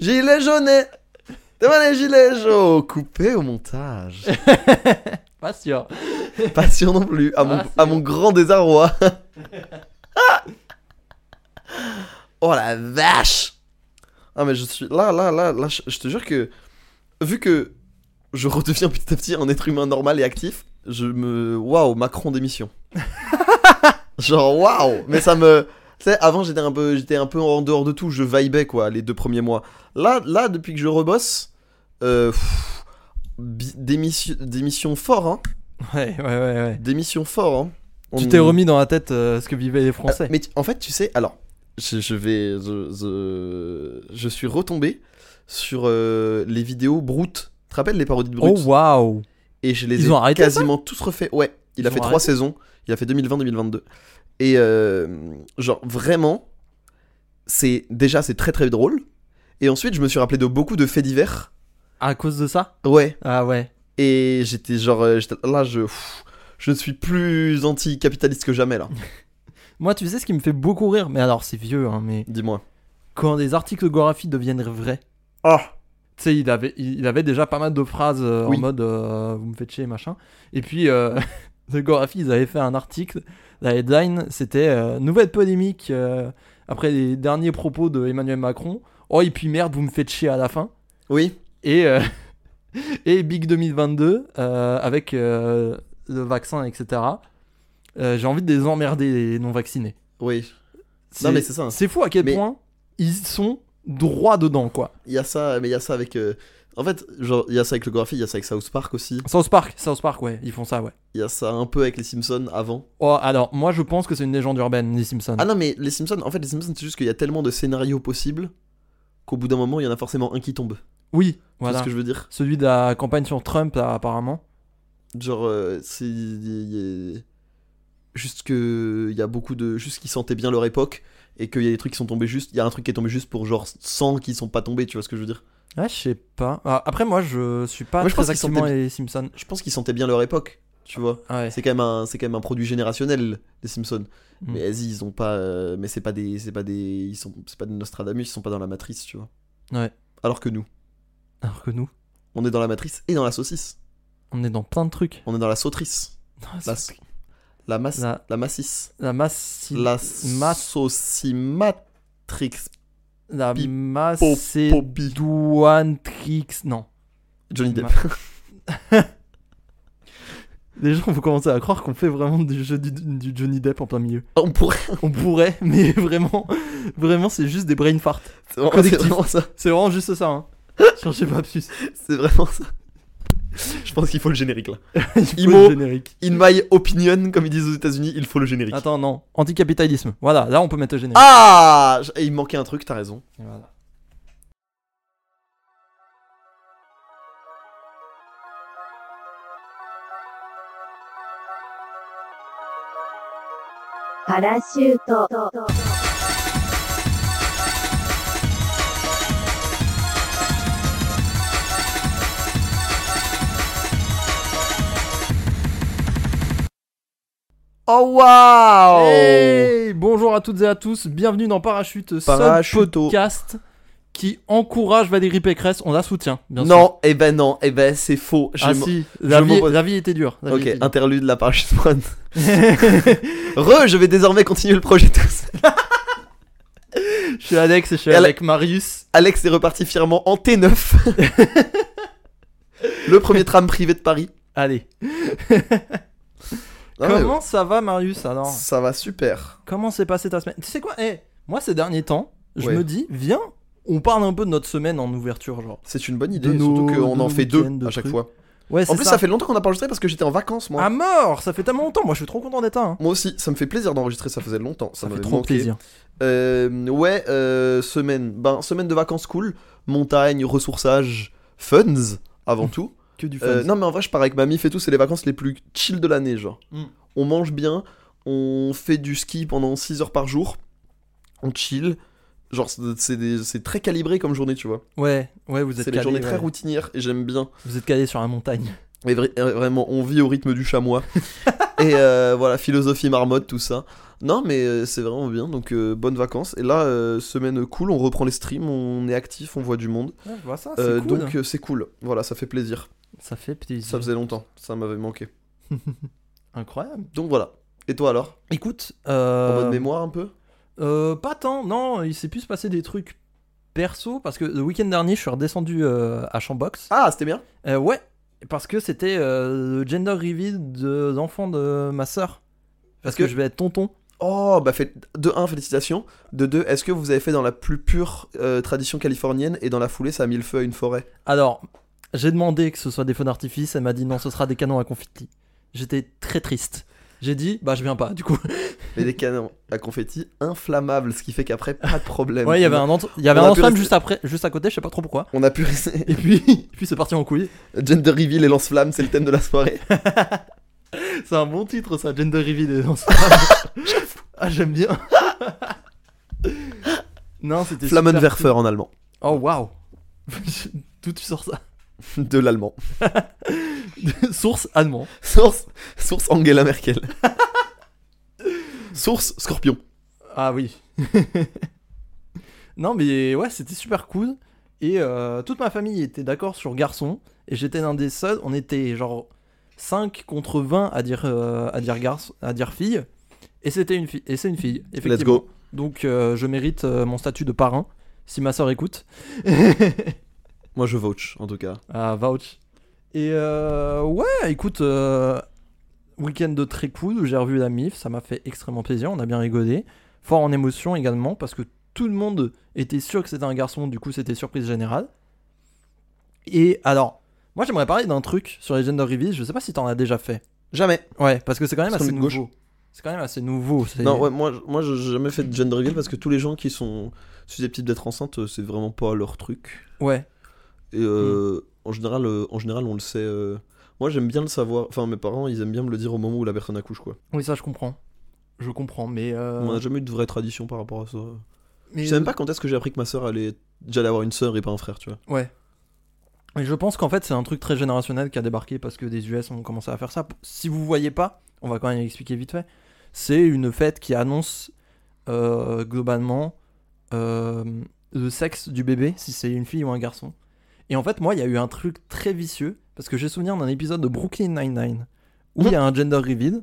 Gilet jaunet Devant les gilets jaunes Coupé au montage. Pas sûr. Pas sûr non plus, à mon, Ah, c'est à mon grand désarroi. oh la vache Ah mais je suis... Là, là, là, là, je, je te jure que... Vu que je redeviens petit à petit un être humain normal et actif, je me... Waouh, Macron démission. Genre, waouh Mais ça me... Tu sais, avant j'étais un, peu, j'étais un peu en dehors de tout, je vibais quoi, les deux premiers mois. Là, là depuis que je rebosse... Euh, pff, bi- démission, démission fort, hein Ouais, ouais, ouais. ouais. Démission fort, hein. Tu On- Ah, t'es remis dans la tête euh, ce que vivaient les Français. Mais tu- en fait, tu sais, alors, je, je vais. Je, je, je suis retombé sur euh, les vidéos Brutes. Tu te rappelles les parodies de Brutes oh waouh. Et je les Ils ai ont arrêté ça quasiment tous refait. Ouais, il Ils a fait ont trois arrêté saisons. Il a fait 2020-2022. Et euh, genre, vraiment, c'est déjà, c'est très très drôle. Et ensuite, je me suis rappelé de beaucoup de faits divers. À cause de ça Ouais. Ah ouais. Et j'étais genre. euh, j'étais- là, je. pff, je ne suis plus anticapitaliste que jamais, là. Moi, tu sais ce qui me fait beaucoup rire, mais alors c'est vieux, hein, mais Dis-moi. quand des articles de Gorafi deviennent vrais, Ah tu sais, il avait, il il avait déjà pas mal de phrases euh, Oui. en mode euh, vous me faites chier, machin. Et puis, euh, de Gorafi, ils avaient fait un article. La headline, c'était euh, Nouvelle polémique euh, après les derniers propos de Emmanuel Macron. Oh, et puis merde, vous me faites chier à la fin. Oui Et, euh, et Big 2022, euh, avec euh, le vaccin, etc. euh, J'ai envie de les emmerder, les non-vaccinés. Oui. C'est- Non, mais c'est ça. hein. C'est fou à quel Mais- point ils sont droits dedans, quoi. Il y a ça, mais il y a ça avec. euh, En fait, genre, il y a ça avec le graphie, il y a ça avec South Park aussi. South Park, South Park, ouais, ils font ça, ouais. Il y a ça un peu avec les Simpsons avant. Oh, alors, moi, je pense que c'est une légende urbaine, les Simpsons. Ah non, mais les Simpsons, en fait, les Simpsons, c'est juste qu'il y a tellement de scénarios possibles qu'au bout d'un moment, il y en a forcément un qui tombe. oui, C'est voilà. ce que je veux dire. Celui de la campagne sur Trump, là, apparemment. Genre, euh, c'est. il y a- Juste que. Il y a beaucoup de. Juste qu'ils sentaient bien leur époque et qu'il y a des trucs qui sont tombés juste. Il y a un truc qui est tombé juste pour genre 100 qui sont pas tombés, tu vois ce que je veux dire. Ah, je sais pas. Ah, après, moi, je suis pas Moi, je pense très qu'ils sont activement des- les Simpsons. Je pense qu'ils sentaient bien leur époque, tu vois. Ah ouais. C'est quand même un, c'est quand même un produit générationnel les Simpsons. Mm. Mais vas-y, ils ont pas, euh, mais c'est pas des, c'est pas des, ils sont, c'est pas des Nostradamus, ils sont pas dans la matrice, tu vois. Ouais. Alors que nous, Alors que nous, on est dans la matrice et dans la saucisse. on est dans plein de trucs. On est dans la sautrice, la, La, s- la masse, la, la, massisse, masse. la masse- saucimatrix, La Pi- masse. po- C'est. popi. Douane Trix. Non. Johnny Depp. Ma- Les gens vont commencer à croire qu'on fait vraiment du, jeu du, du Johnny Depp en plein milieu. On pourrait. On pourrait, mais vraiment, vraiment, c'est juste des brain farts. C'est vraiment, c'est Collectif. vraiment ça. C'est vraiment juste ça. Hein. Cherchez pas plus. C'est vraiment ça. Je pense qu'il faut le générique là. Il faut Imo. le générique. In my opinion, comme ils disent aux États-Unis, il faut le générique. Attends, non. Anticapitalisme. Voilà, là on peut mettre le générique. Ah, je- il manquait un truc. T'as raison. Voilà. Parachute. お Oh. わーお Hey, bonjour à toutes et à tous. Bienvenue dans Parachute, seul Parachuto. podcast qui encourage Valérie Pécresse. On la soutient, bien sûr. Non, eh ben non, eh ben c'est faux. Je Ah m'en- si, la, je vie, m'oppose. la vie était dure. la vie ok, était dure. interlude de la parachute one. Re, je vais désormais continuer le projet tout seul. je suis Alex et je suis Et Ale- avec Marius. Alex est reparti fièrement en T9. le premier tram privé de Paris. Allez. Non, mais Comment ça va, Marius Alors, Ça va super. comment s'est passée ta semaine Tu sais quoi Eh, moi ces derniers temps, je Ouais. me dis, viens, on parle un peu de notre semaine en ouverture, genre. C'est une bonne idée, De surtout nos- qu'on de en nos fait deux week-ends, de à chaque trucs. fois. Ouais, c'est Ah. En plus, ça. fait longtemps qu'on n'a pas enregistré parce que j'étais en vacances, moi. À mort, ça fait tellement longtemps. Moi, je suis trop content d'être là. hein. Moi aussi, ça me fait plaisir d'enregistrer, ça faisait longtemps. Ça, Ça, fait m'avait trop manqué. plaisir. Euh, ouais, euh, semaine. Ben, semaine de vacances cool. Montagne, ressourçage, funs Mmh. avant tout. Que du fun. Euh, non, mais en vrai, je pars avec ma mif et tout, c'est les vacances les plus chill de l'année, genre. Mm. On mange bien, on fait du ski pendant 6 heures par jour, on chill. Genre, c'est- c'est des- c'est très calibré comme journée, tu vois. Ouais, ouais, vous êtes C'est des calé. journées très ouais. routinières et j'aime bien. Vous êtes calé sur la montagne. Mais vra- euh, vraiment, on vit au rythme du chamois. et euh, voilà, philosophie marmotte, tout ça. Non, mais euh, c'est vraiment bien. Donc, euh, bonnes vacances. Et là, euh, semaine cool, on reprend les streams, on est actif, on voit du monde. Ouais, je vois ça, Euh, Ah, c'est cool. Donc, euh, c'est cool. Voilà, ça fait plaisir. Ça fait plaisir. Ça faisait longtemps. Ça m'avait manqué. Incroyable. Donc, voilà. Et toi alors Écoute, En euh, mode mémoire un peu euh, pas tant, non, il s'est plus passé des trucs perso parce que le week-end dernier, je suis redescendu euh, à Chambox. Ah, c'était bien Euh, ouais, parce que c'était euh, le gender reveal de l'enfant de ma sœur. Parce que- que je vais être tonton. Oh, bah, fait... de 1, félicitations. De 2, est-ce que vous avez fait dans la plus pure euh, tradition californienne et dans la foulée, ça a mis le feu à une forêt Alors, j'ai demandé que ce soit des feux d'artifice, elle m'a dit non, ce sera des canons à confetti. J'étais très triste. J'ai dit, bah je viens pas, du coup. Mais des canons à confetti inflammables, ce qui fait qu'après, pas de problème. Ouais, il y avait un, ent- il y avait On un a pu ensemble rester- juste, après, juste à côté, je sais pas trop pourquoi. On a pu rester. Et puis, et puis c'est parti en couille. Gender Reveal et lance-flamme, c'est le thème de la soirée. C'est un bon titre ça, Gender Reveal et ah, j'aime bien. non, c'était. super Flammenwerfer en allemand. cool. Oh waouh. D'où tu sors ça De l'allemand. Source allemand. Source, source Angela Merkel. source Scorpion. Ah oui. non, mais ouais, c'était super cool. Et euh, toute ma famille était d'accord sur garçon. Et j'étais l'un des seuls. On était genre 5 contre 20 à dire, euh, à dire, garçon, à dire fille. Et c'était une fille. Et c'est une fille. Let's Effectivement. go. Donc euh, je mérite euh, mon statut de parrain. Si ma soeur écoute. Moi je vouch en tout cas. ah, vouch. Et euh, ouais, écoute, euh, week-end de très cool où j'ai revu la MIF, ça m'a fait extrêmement plaisir, on a bien rigolé. Fort en émotion également, parce que tout le monde était sûr que c'était un garçon, du coup c'était surprise générale. Et alors, moi j'aimerais parler d'un truc sur les gender reveals, je sais pas si t'en as déjà fait. Jamais. Ouais, parce que c'est quand même C'est assez comme une gauche. nouveau. C'est quand même assez nouveau. c'est- Non, ouais, moi, moi je- j'ai jamais fait de gender reveal parce que tous les gens qui sont susceptibles d'être enceintes, euh, c'est vraiment pas leur truc. ouais. Et euh, en, général, euh, en général, on le sait. euh, Moi j'aime bien le savoir. Enfin, mes parents ils aiment bien me le dire au moment où la personne accouche quoi. Oui, ça je comprends. Je comprends, mais. euh, On n'a jamais eu de vraie tradition par rapport à ça. mais- Je sais même pas quand est-ce que j'ai appris que ma soeur allait j'allais avoir une sœur et pas un frère, tu vois. Ouais. Et je pense qu'en fait, c'est un truc très générationnel qui a débarqué parce que des US ont commencé à faire ça. Si vous voyez pas, on va quand même expliquer vite fait. C'est une fête qui annonce euh, globalement euh, le sexe du bébé, si c'est une fille ou un garçon. Et en fait, moi, il y a eu un truc très vicieux parce que j'ai souvenir d'un épisode de Brooklyn Nine-Nine où il y a un gender reveal.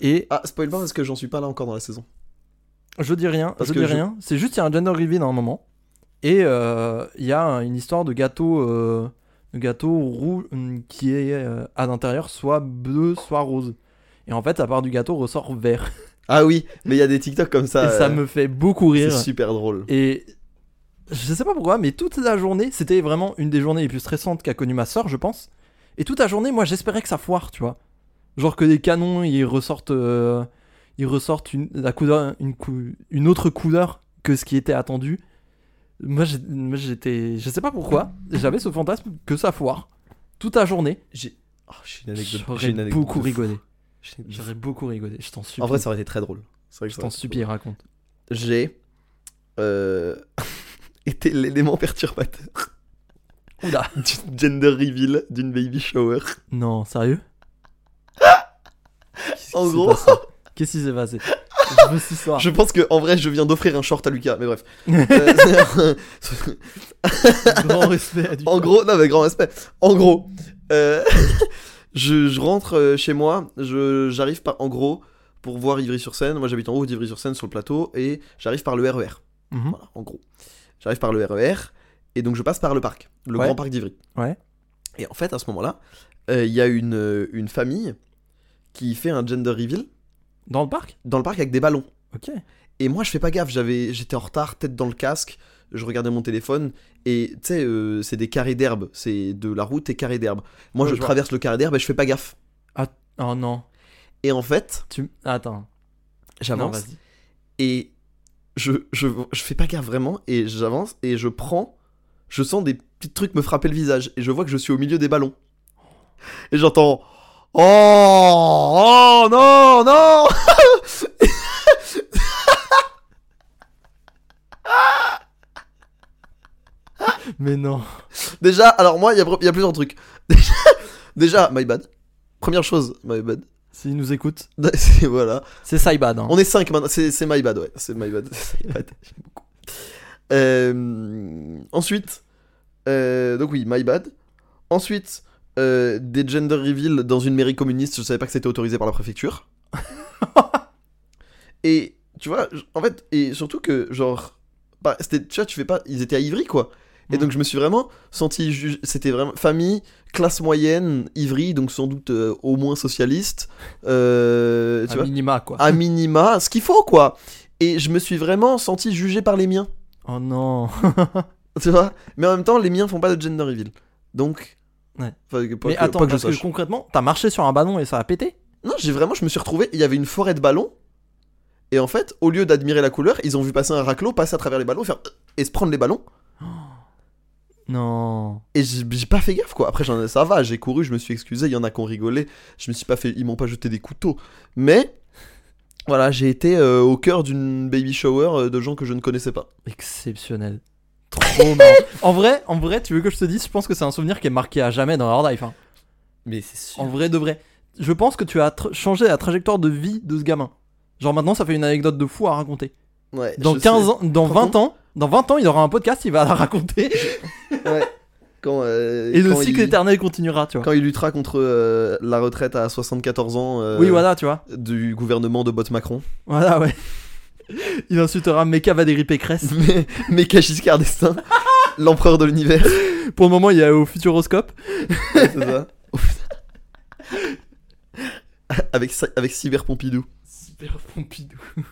Et Ah, spoil pas parce que j'en suis pas là encore dans la saison. je dis rien, Parce je que dis je- rien. C'est juste il y a un gender reveal à un moment. Et euh, il y a une histoire de gâteau, euh, de gâteau roux hum, qui est euh, à l'intérieur soit bleu, soit rose. Et en fait, à part du gâteau ressort vert. Ah oui, mais il y a des TikTok comme ça. et ça euh, me fait beaucoup C'est rire. super drôle. Et je sais pas pourquoi, mais toute la journée, c'était vraiment une des journées les plus stressantes qu'a connue ma soeur, je pense. Et toute la journée, moi, j'espérais que ça foire, tu vois. Genre que des canons, ils ressortent, euh, ils ressortent une, la couleur, une, cou- une autre couleur que ce qui était attendu. Moi, j'ai- moi, j'étais. Je sais pas pourquoi, j'avais ce fantasme que ça foire. Toute la journée. J'ai oh, j'ai une anecdote. j'ai J'aurais une anecdote beaucoup de fou. rigolé. J'ai une anecdote de J'aurais beaucoup rigolé. Je t'en fou. supplie. En vrai, ça aurait été très drôle. C'est vrai que je ça t'en aurait été supplie, raconte. drôle. J'ai euh, été l'élément perturbateur Oula. d'une gender reveal d'une baby shower. Non, sérieux Qu'est-ce qui En s'est gros. passé Qu'est-ce qui s'est passé Je veux cette histoire. Je pense que en vrai, je viens d'offrir un short à Lucas, mais bref. Euh, c'est- Grand respect à du En gros, non mais grand respect. En gros, euh, je, je rentre euh, chez moi, je j'arrive par en gros pour voir Ivry-sur-Seine. Moi j'habite en haut d'Ivry-sur-Seine sur le plateau et j'arrive par le RER. Mhm. Voilà, en gros. J'arrive par le RER et donc je passe par le parc, le Ouais. grand parc d'Ivry. Ouais. Et en fait, à ce moment-là, euh, il y a une, euh, une famille qui fait un gender reveal Dans le parc dans le parc avec des ballons. Ok. Et moi, je fais pas gaffe, j'avais, j'étais en retard, tête dans le casque, je regardais mon téléphone, et tu sais, euh, c'est des carrés d'herbe, c'est de la route et carrés d'herbe. Moi, Ouais, je je vois. traverse le carré d'herbe et je fais pas gaffe. Oh non. Et en fait, Tu... Attends. Non, j'avance, vas-y. et je, je, je fais pas gaffe vraiment, et j'avance, et je prends, je sens des petits trucs me frapper le visage, et je vois que je suis au milieu des ballons. Et j'entends, oh, oh, non, non Mais non. Déjà, alors moi, il y a, il y a plusieurs trucs. Déjà, déjà, my bad. Première chose, my bad. S'il nous écoute, C'est- voilà. c'est Saibad. hein. On est 5 maintenant. C'est c'est my bad, ouais. C'est my bad. C'est my bad. J'aime beaucoup. Euh, ensuite, euh, donc oui, my bad. Ensuite, euh, des gender reveals dans une mairie communiste. Je savais pas que c'était autorisé par la préfecture. et tu vois, j- en fait, et surtout que genre, bah, c'était, tu vois, tu fais pas, ils étaient à Ivry quoi. Et Mm. donc je me suis vraiment senti, ju- c'était vraiment famille, classe moyenne, Ivry, donc sans doute euh, au moins socialiste. Euh, tu à vois minima, quoi. à minima, ce qu'il faut quoi. Et je me suis vraiment senti jugé par les miens, Oh non. tu vois. Mais en même temps, les miens font pas de gender reveal, donc. Ouais. Enfin, que- pas Mais que- attends, pas que je parce que, sache. concrètement, t'as marché sur un ballon et ça a pété Non, j'ai vraiment, je me suis retrouvé. Il y avait une forêt de ballons. Et en fait, au lieu d'admirer la couleur, ils ont vu passer un raclot, passer à travers les ballons, faire euh, et se prendre les ballons. Non. Et j'ai j'ai pas fait gaffe quoi. Après, j'en ai- ça va, j'ai couru, je me suis excusé. Il y en a qui ont rigolé. Je me suis pas fait, ils m'ont pas jeté des couteaux. Mais voilà, j'ai été euh, au cœur d'une baby shower euh, de gens que je ne connaissais pas. Exceptionnel. Trop marrant. En vrai, en vrai, tu veux que je te dise, je pense que c'est un souvenir qui est marqué à jamais dans Hard Life. hein. Mais c'est sûr. En vrai de vrai. Je pense que tu as tra- changé la trajectoire de vie de ce gamin. Genre maintenant, ça fait une anecdote de fou à raconter. Ouais, Dans je 15 sais. ans, dans Par 20 ans, dans 20 ans, il aura un podcast, il va la raconter Ouais. Quand, euh, et le quand cycle il, éternel continuera, tu vois. Quand il luttera contre euh, la retraite à 74 ans euh, Oui, voilà, tu vois. du gouvernement de Bot Macron. Voilà, ouais. Il insultera Mecha Valérie Pécresse. Mais, mais Giscard d'Estaing, l'empereur de l'univers. Pour le moment, il est au Futuroscope. Ouais, c'est ça. Oh, putain. avec, Cy- avec Cyber Pompidou. Super Pompidou.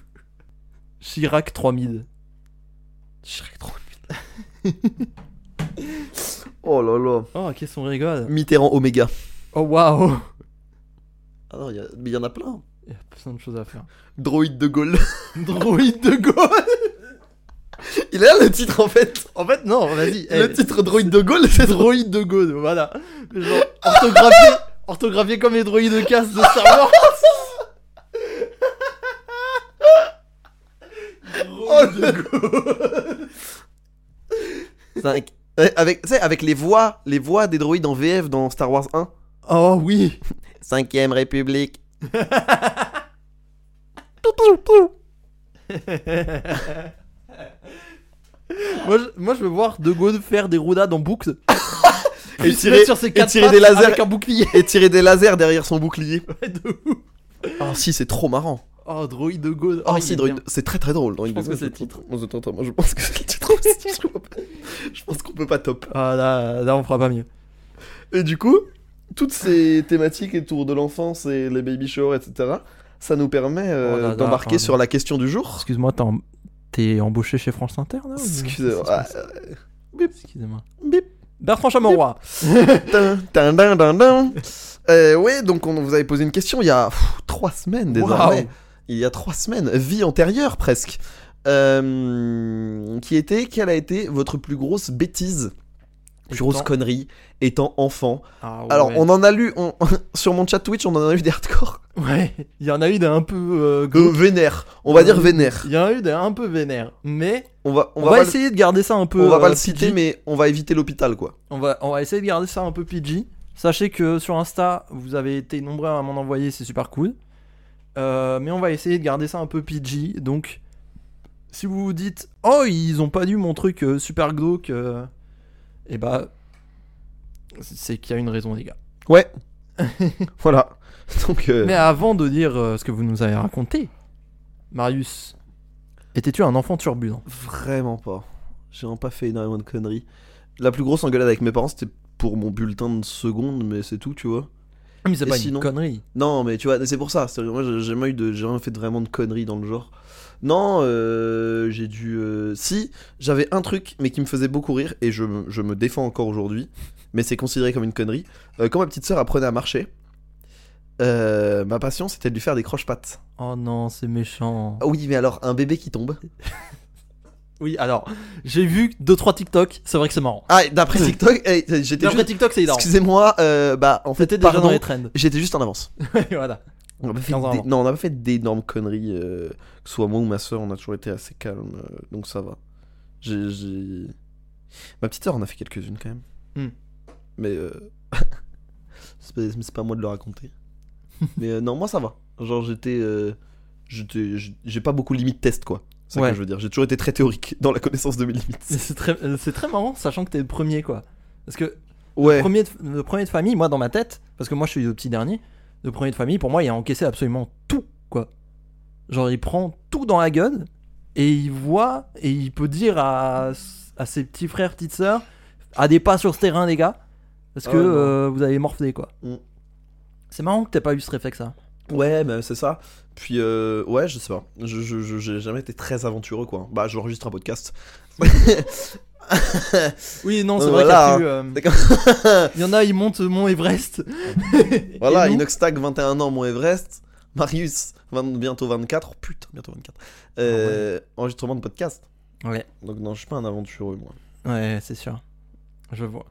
Chirac 3000. Chirac trop nul. Oh là là. Oh, qu'est-ce qu'on rigole. Mitterrand Oméga. Oh, waouh. Ah non, il y a- mais il y, en a plein. Il y a plein de choses à faire. Droïde de Gaulle. Droïde de Gaulle Il a le titre en fait. En fait, non, vas-y. eh, Le titre Droïde de Gaulle, c'est drôle. droïde de Gaulle, voilà. Genre, orthographié, orthographié comme les droïdes de casse de Star Wars. Oh, Cinq. Ouais, Avec, tu sais, avec les voix, les voix des droïdes en VF dans Star Wars 1. Oh oui. Cinquième République. Moi je, moi, je veux voir De Gaulle faire des roulades en boucle. Et Puis se tirer- mettre sur ses et quatre tirer pattes des lasers. Avec un bouclier. Et tirer des lasers derrière son bouclier. De ouf. Ah si, c'est trop marrant. Oh, droïde de Gaulle. Ah il si, est droïde. bien. C'est très très drôle. Droïde pense de que c'est Gaulle. le titre. Moi, attends, attends, moi, je pense que c'est le titre aussi, je crois pas. Je pense qu'on peut pas top. Ah là, là, on fera pas mieux. Et du coup, toutes ces thématiques autour de l'enfance et les baby showers, etc., ça nous permet euh, Oh là là, d'embarquer pardon. sur la question du jour. Excuse-moi, t'es en- t'es embauché chez France Inter là ou- Excusez-moi. Ah, Excusez-moi. Bip. Bertrand Chamorrois. Tin, tin, din, din, din. Euh, ouais, donc on vous avait posé une question il y a pff, trois semaines désormais. Waouh. Il y a trois semaines, vie antérieure presque. Euh, qui était, quelle a été votre plus grosse bêtise Plus grosse Étant- connerie étant enfant. Ah Alors, ouais. on en a lu, on- sur mon chat Twitch, on en a lu des hardcore. Ouais, il y en a eu des un peu. euh, Euh, glauques. vénère, on va Euh, dire vénère. Il y en a eu des un peu vénères. Mais On va, on, on va, va, pas, le- essayer de garder ça un peu. on va pas euh, le citer, PG. mais on va éviter l'hôpital quoi. On va, on va essayer de garder ça un peu PG. Sachez que sur Insta, vous avez été nombreux à m'en envoyer, c'est super cool. Euh, mais on va essayer de garder ça un peu PG. Donc, si vous vous dites, oh, ils ont pas lu mon truc euh, super glauque, euh, eh bah, c'est qu'il y a une raison, les gars. Ouais. voilà. Donc, euh, Mais avant de dire euh, ce que vous nous avez raconté, Marius, étais-tu un enfant turbulent Vraiment pas. J'ai vraiment pas fait énormément de conneries. La plus grosse engueulade avec mes parents, c'était pour mon bulletin de seconde, mais c'est tout, tu vois. Ah, Mais c'est Et pas sinon- une connerie. Non, mais tu vois, c'est pour ça. c'est- Moi, j'ai jamais eu de, j'ai jamais fait vraiment de conneries dans le genre. Non, euh, j'ai dû. euh, Si, j'avais un truc, mais qui me faisait beaucoup rire, et je, me- je me défends encore aujourd'hui, mais c'est considéré comme une connerie. Euh, quand ma petite sœur apprenait à marcher, euh, ma passion, c'était de lui faire des croche-pattes. Oh non, c'est méchant. Ah oui, mais alors, un bébé qui tombe. Oui, alors, j'ai vu 2-3 TikTok, c'est vrai que c'est marrant. Ah, et d'après TikTok, eh, j'étais D'après juste. TikTok, c'est énorme. Excusez-moi, euh, bah, en fait, C'était déjà pardon, dans les trends. J'étais juste en avance. voilà. On n'a pas fait, 15 ans d'é- avant. non, on a pas fait d'énormes conneries. euh, que ce soit moi ou ma soeur, on a toujours été assez calme. euh, donc ça va. J'ai- j'ai- Ma petite soeur en a fait quelques-unes quand même. Hmm. Mais. euh, c'est pas, c'est pas à moi de le raconter. Mais euh, non, moi ça va. Genre j'étais, euh, j'étais- j'- j'ai pas beaucoup limite test quoi. C'est ça Ouais. que je veux dire. J'ai toujours été très théorique dans la connaissance de mes limites. Mais C'est très, euh, c'est très marrant, sachant que t'es le premier, quoi. Parce que Ouais. premier de, le premier de famille, moi, dans ma tête, parce que moi, je suis le petit dernier, le premier de famille, pour moi, il a encaissé absolument tout, quoi. Genre, il prend tout dans la gueule, et il voit, et il peut dire à, à ses petits frères, petites sœurs, à des pas sur ce terrain, les gars, parce Ah que ouais, non. euh, vous avez morflé, quoi. Mm. C'est marrant que t'aies pas eu ce hein. réflexe-là. Ouais, bah, c'est ça. Puis euh, ouais, je sais pas. Je, je- je- j'ai jamais été très aventureux quoi. Bah, j'enregistre un podcast. Oui, non, c'est c'est vrai vrai Euh, Voilà. qu'il qu'il y euh, Il y en a, ils montent Mont Everest. Voilà, Et nous Inoxtag, 21 ans, Mont Everest. Marius, 20 bientôt 24. Oh, putain, bientôt 24. Euh, Enregistrement de podcast. Ah Ouais, Donc non, je suis pas un aventureux, moi. ouais, c'est sûr. Je vois.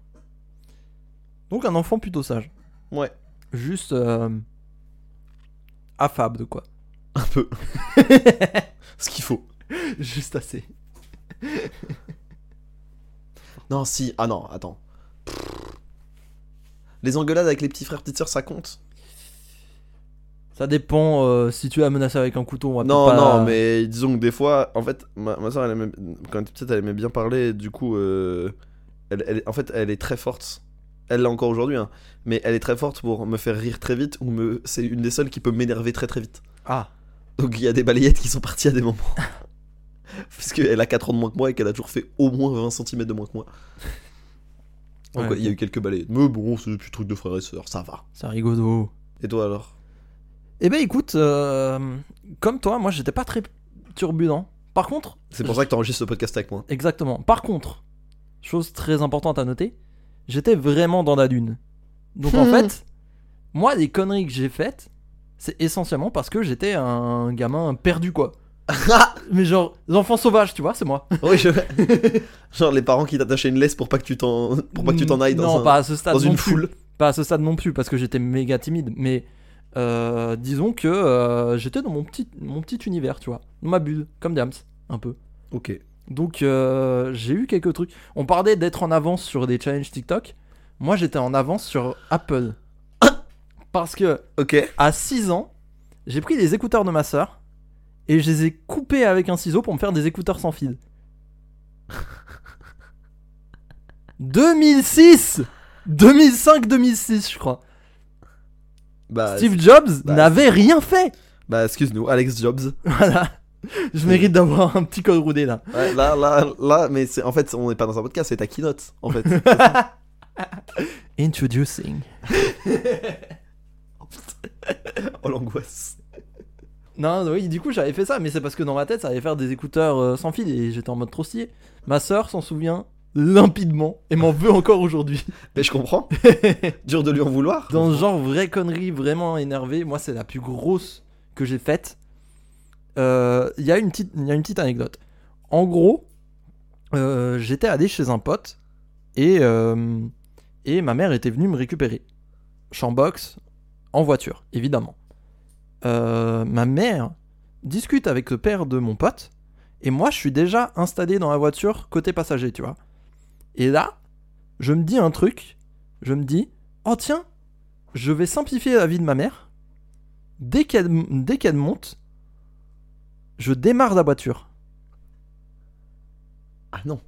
Donc un enfant plutôt sage. Ouais, Juste euh, affable, quoi. un peu. Ce qu'il faut. Juste assez. Non, si. Ah non, attends. Pfff. Les engueulades avec les petits frères, petites sœurs, ça compte Ça dépend euh, si tu as menacé avec un couteau. On va Non, peut-être pas- non, mais disons que des fois, en fait, ma, ma soeur, elle aimait- quand elle était petite, elle aimait bien parler, du coup, euh, elle, elle- en fait, elle est très forte. Elle l'est encore aujourd'hui, hein, mais elle est très forte pour me faire rire très vite, ou me... c'est une des seules qui peut m'énerver très très vite. Ah, Donc il y a des balayettes qui sont parties à des moments. Parce qu'elle a 4 ans de moins que moi et qu'elle a toujours fait au moins 20 cm de moins que moi. Donc Ouais, ouais, il y a ok. eu quelques balayettes. Mais bon, c'est plus truc de frères et sœurs, ça va. c'est rigolo. Et toi alors Eh ben écoute, euh, comme toi, moi j'étais pas très turbulent. Par contre, C'est pour ça que t'enregistres ce podcast avec moi. Exactement. Par contre, chose très importante à noter, j'étais vraiment dans la dune. Donc en Hmm. fait, moi, les conneries que j'ai faites, c'est essentiellement parce que j'étais un gamin perdu, quoi. Mais genre, l'enfant sauvage, tu vois, c'est moi. Oui, je... genre les parents qui t'attachaient une laisse pour pas que tu t'en pour pas que tu t'en ailles dans, non, un- pas à ce stade dans non une plus. foule. Pas à ce stade non plus, parce que j'étais méga timide. Mais euh, disons que euh, j'étais dans mon petit, mon petit univers, tu vois. Dans ma bulle, comme Dams, un peu. Ok. Donc euh, j'ai eu quelques trucs. On parlait d'être en avance sur des challenges TikTok. Moi j'étais en avance sur Apple. Parce que Ok. à 6 ans, j'ai pris les écouteurs de ma sœur et je les ai coupés avec un ciseau pour me faire des écouteurs sans fil. 2006 2005-2006 je crois. Bah, Steve Jobs bah, n'avait rien fait. bah excuse-nous, Alex Jobs. Voilà. Je mérite d'avoir un petit col roulé là. Ouais, là, là, là, mais c'est en fait, on n'est pas dans un podcast, c'est ta keynote en fait. Introducing. oh l'angoisse. Non, non, oui, du coup j'avais fait ça, mais c'est parce que dans ma tête ça allait faire des écouteurs euh, sans fil et j'étais en mode trop stylé. Ma sœur s'en souvient limpidement et m'en veut encore aujourd'hui. Mais je comprends. Dur de lui en vouloir. dans ce genre vraie connerie vraiment énervée, moi c'est la plus grosse que j'ai faite. Euh, Il y, a une petite- il y a une petite anecdote. En gros, euh, j'étais allé chez un pote et, euh, et ma mère était venue me récupérer. Chambox, en voiture, évidemment. Euh, ma mère discute avec le père de mon pote et moi je suis déjà installé dans la voiture côté passager, tu vois. Et là, je me dis un truc, je me dis, oh tiens, je vais simplifier la vie de ma mère. Dès qu'elle dès qu'elle monte, je démarre la voiture. Ah non.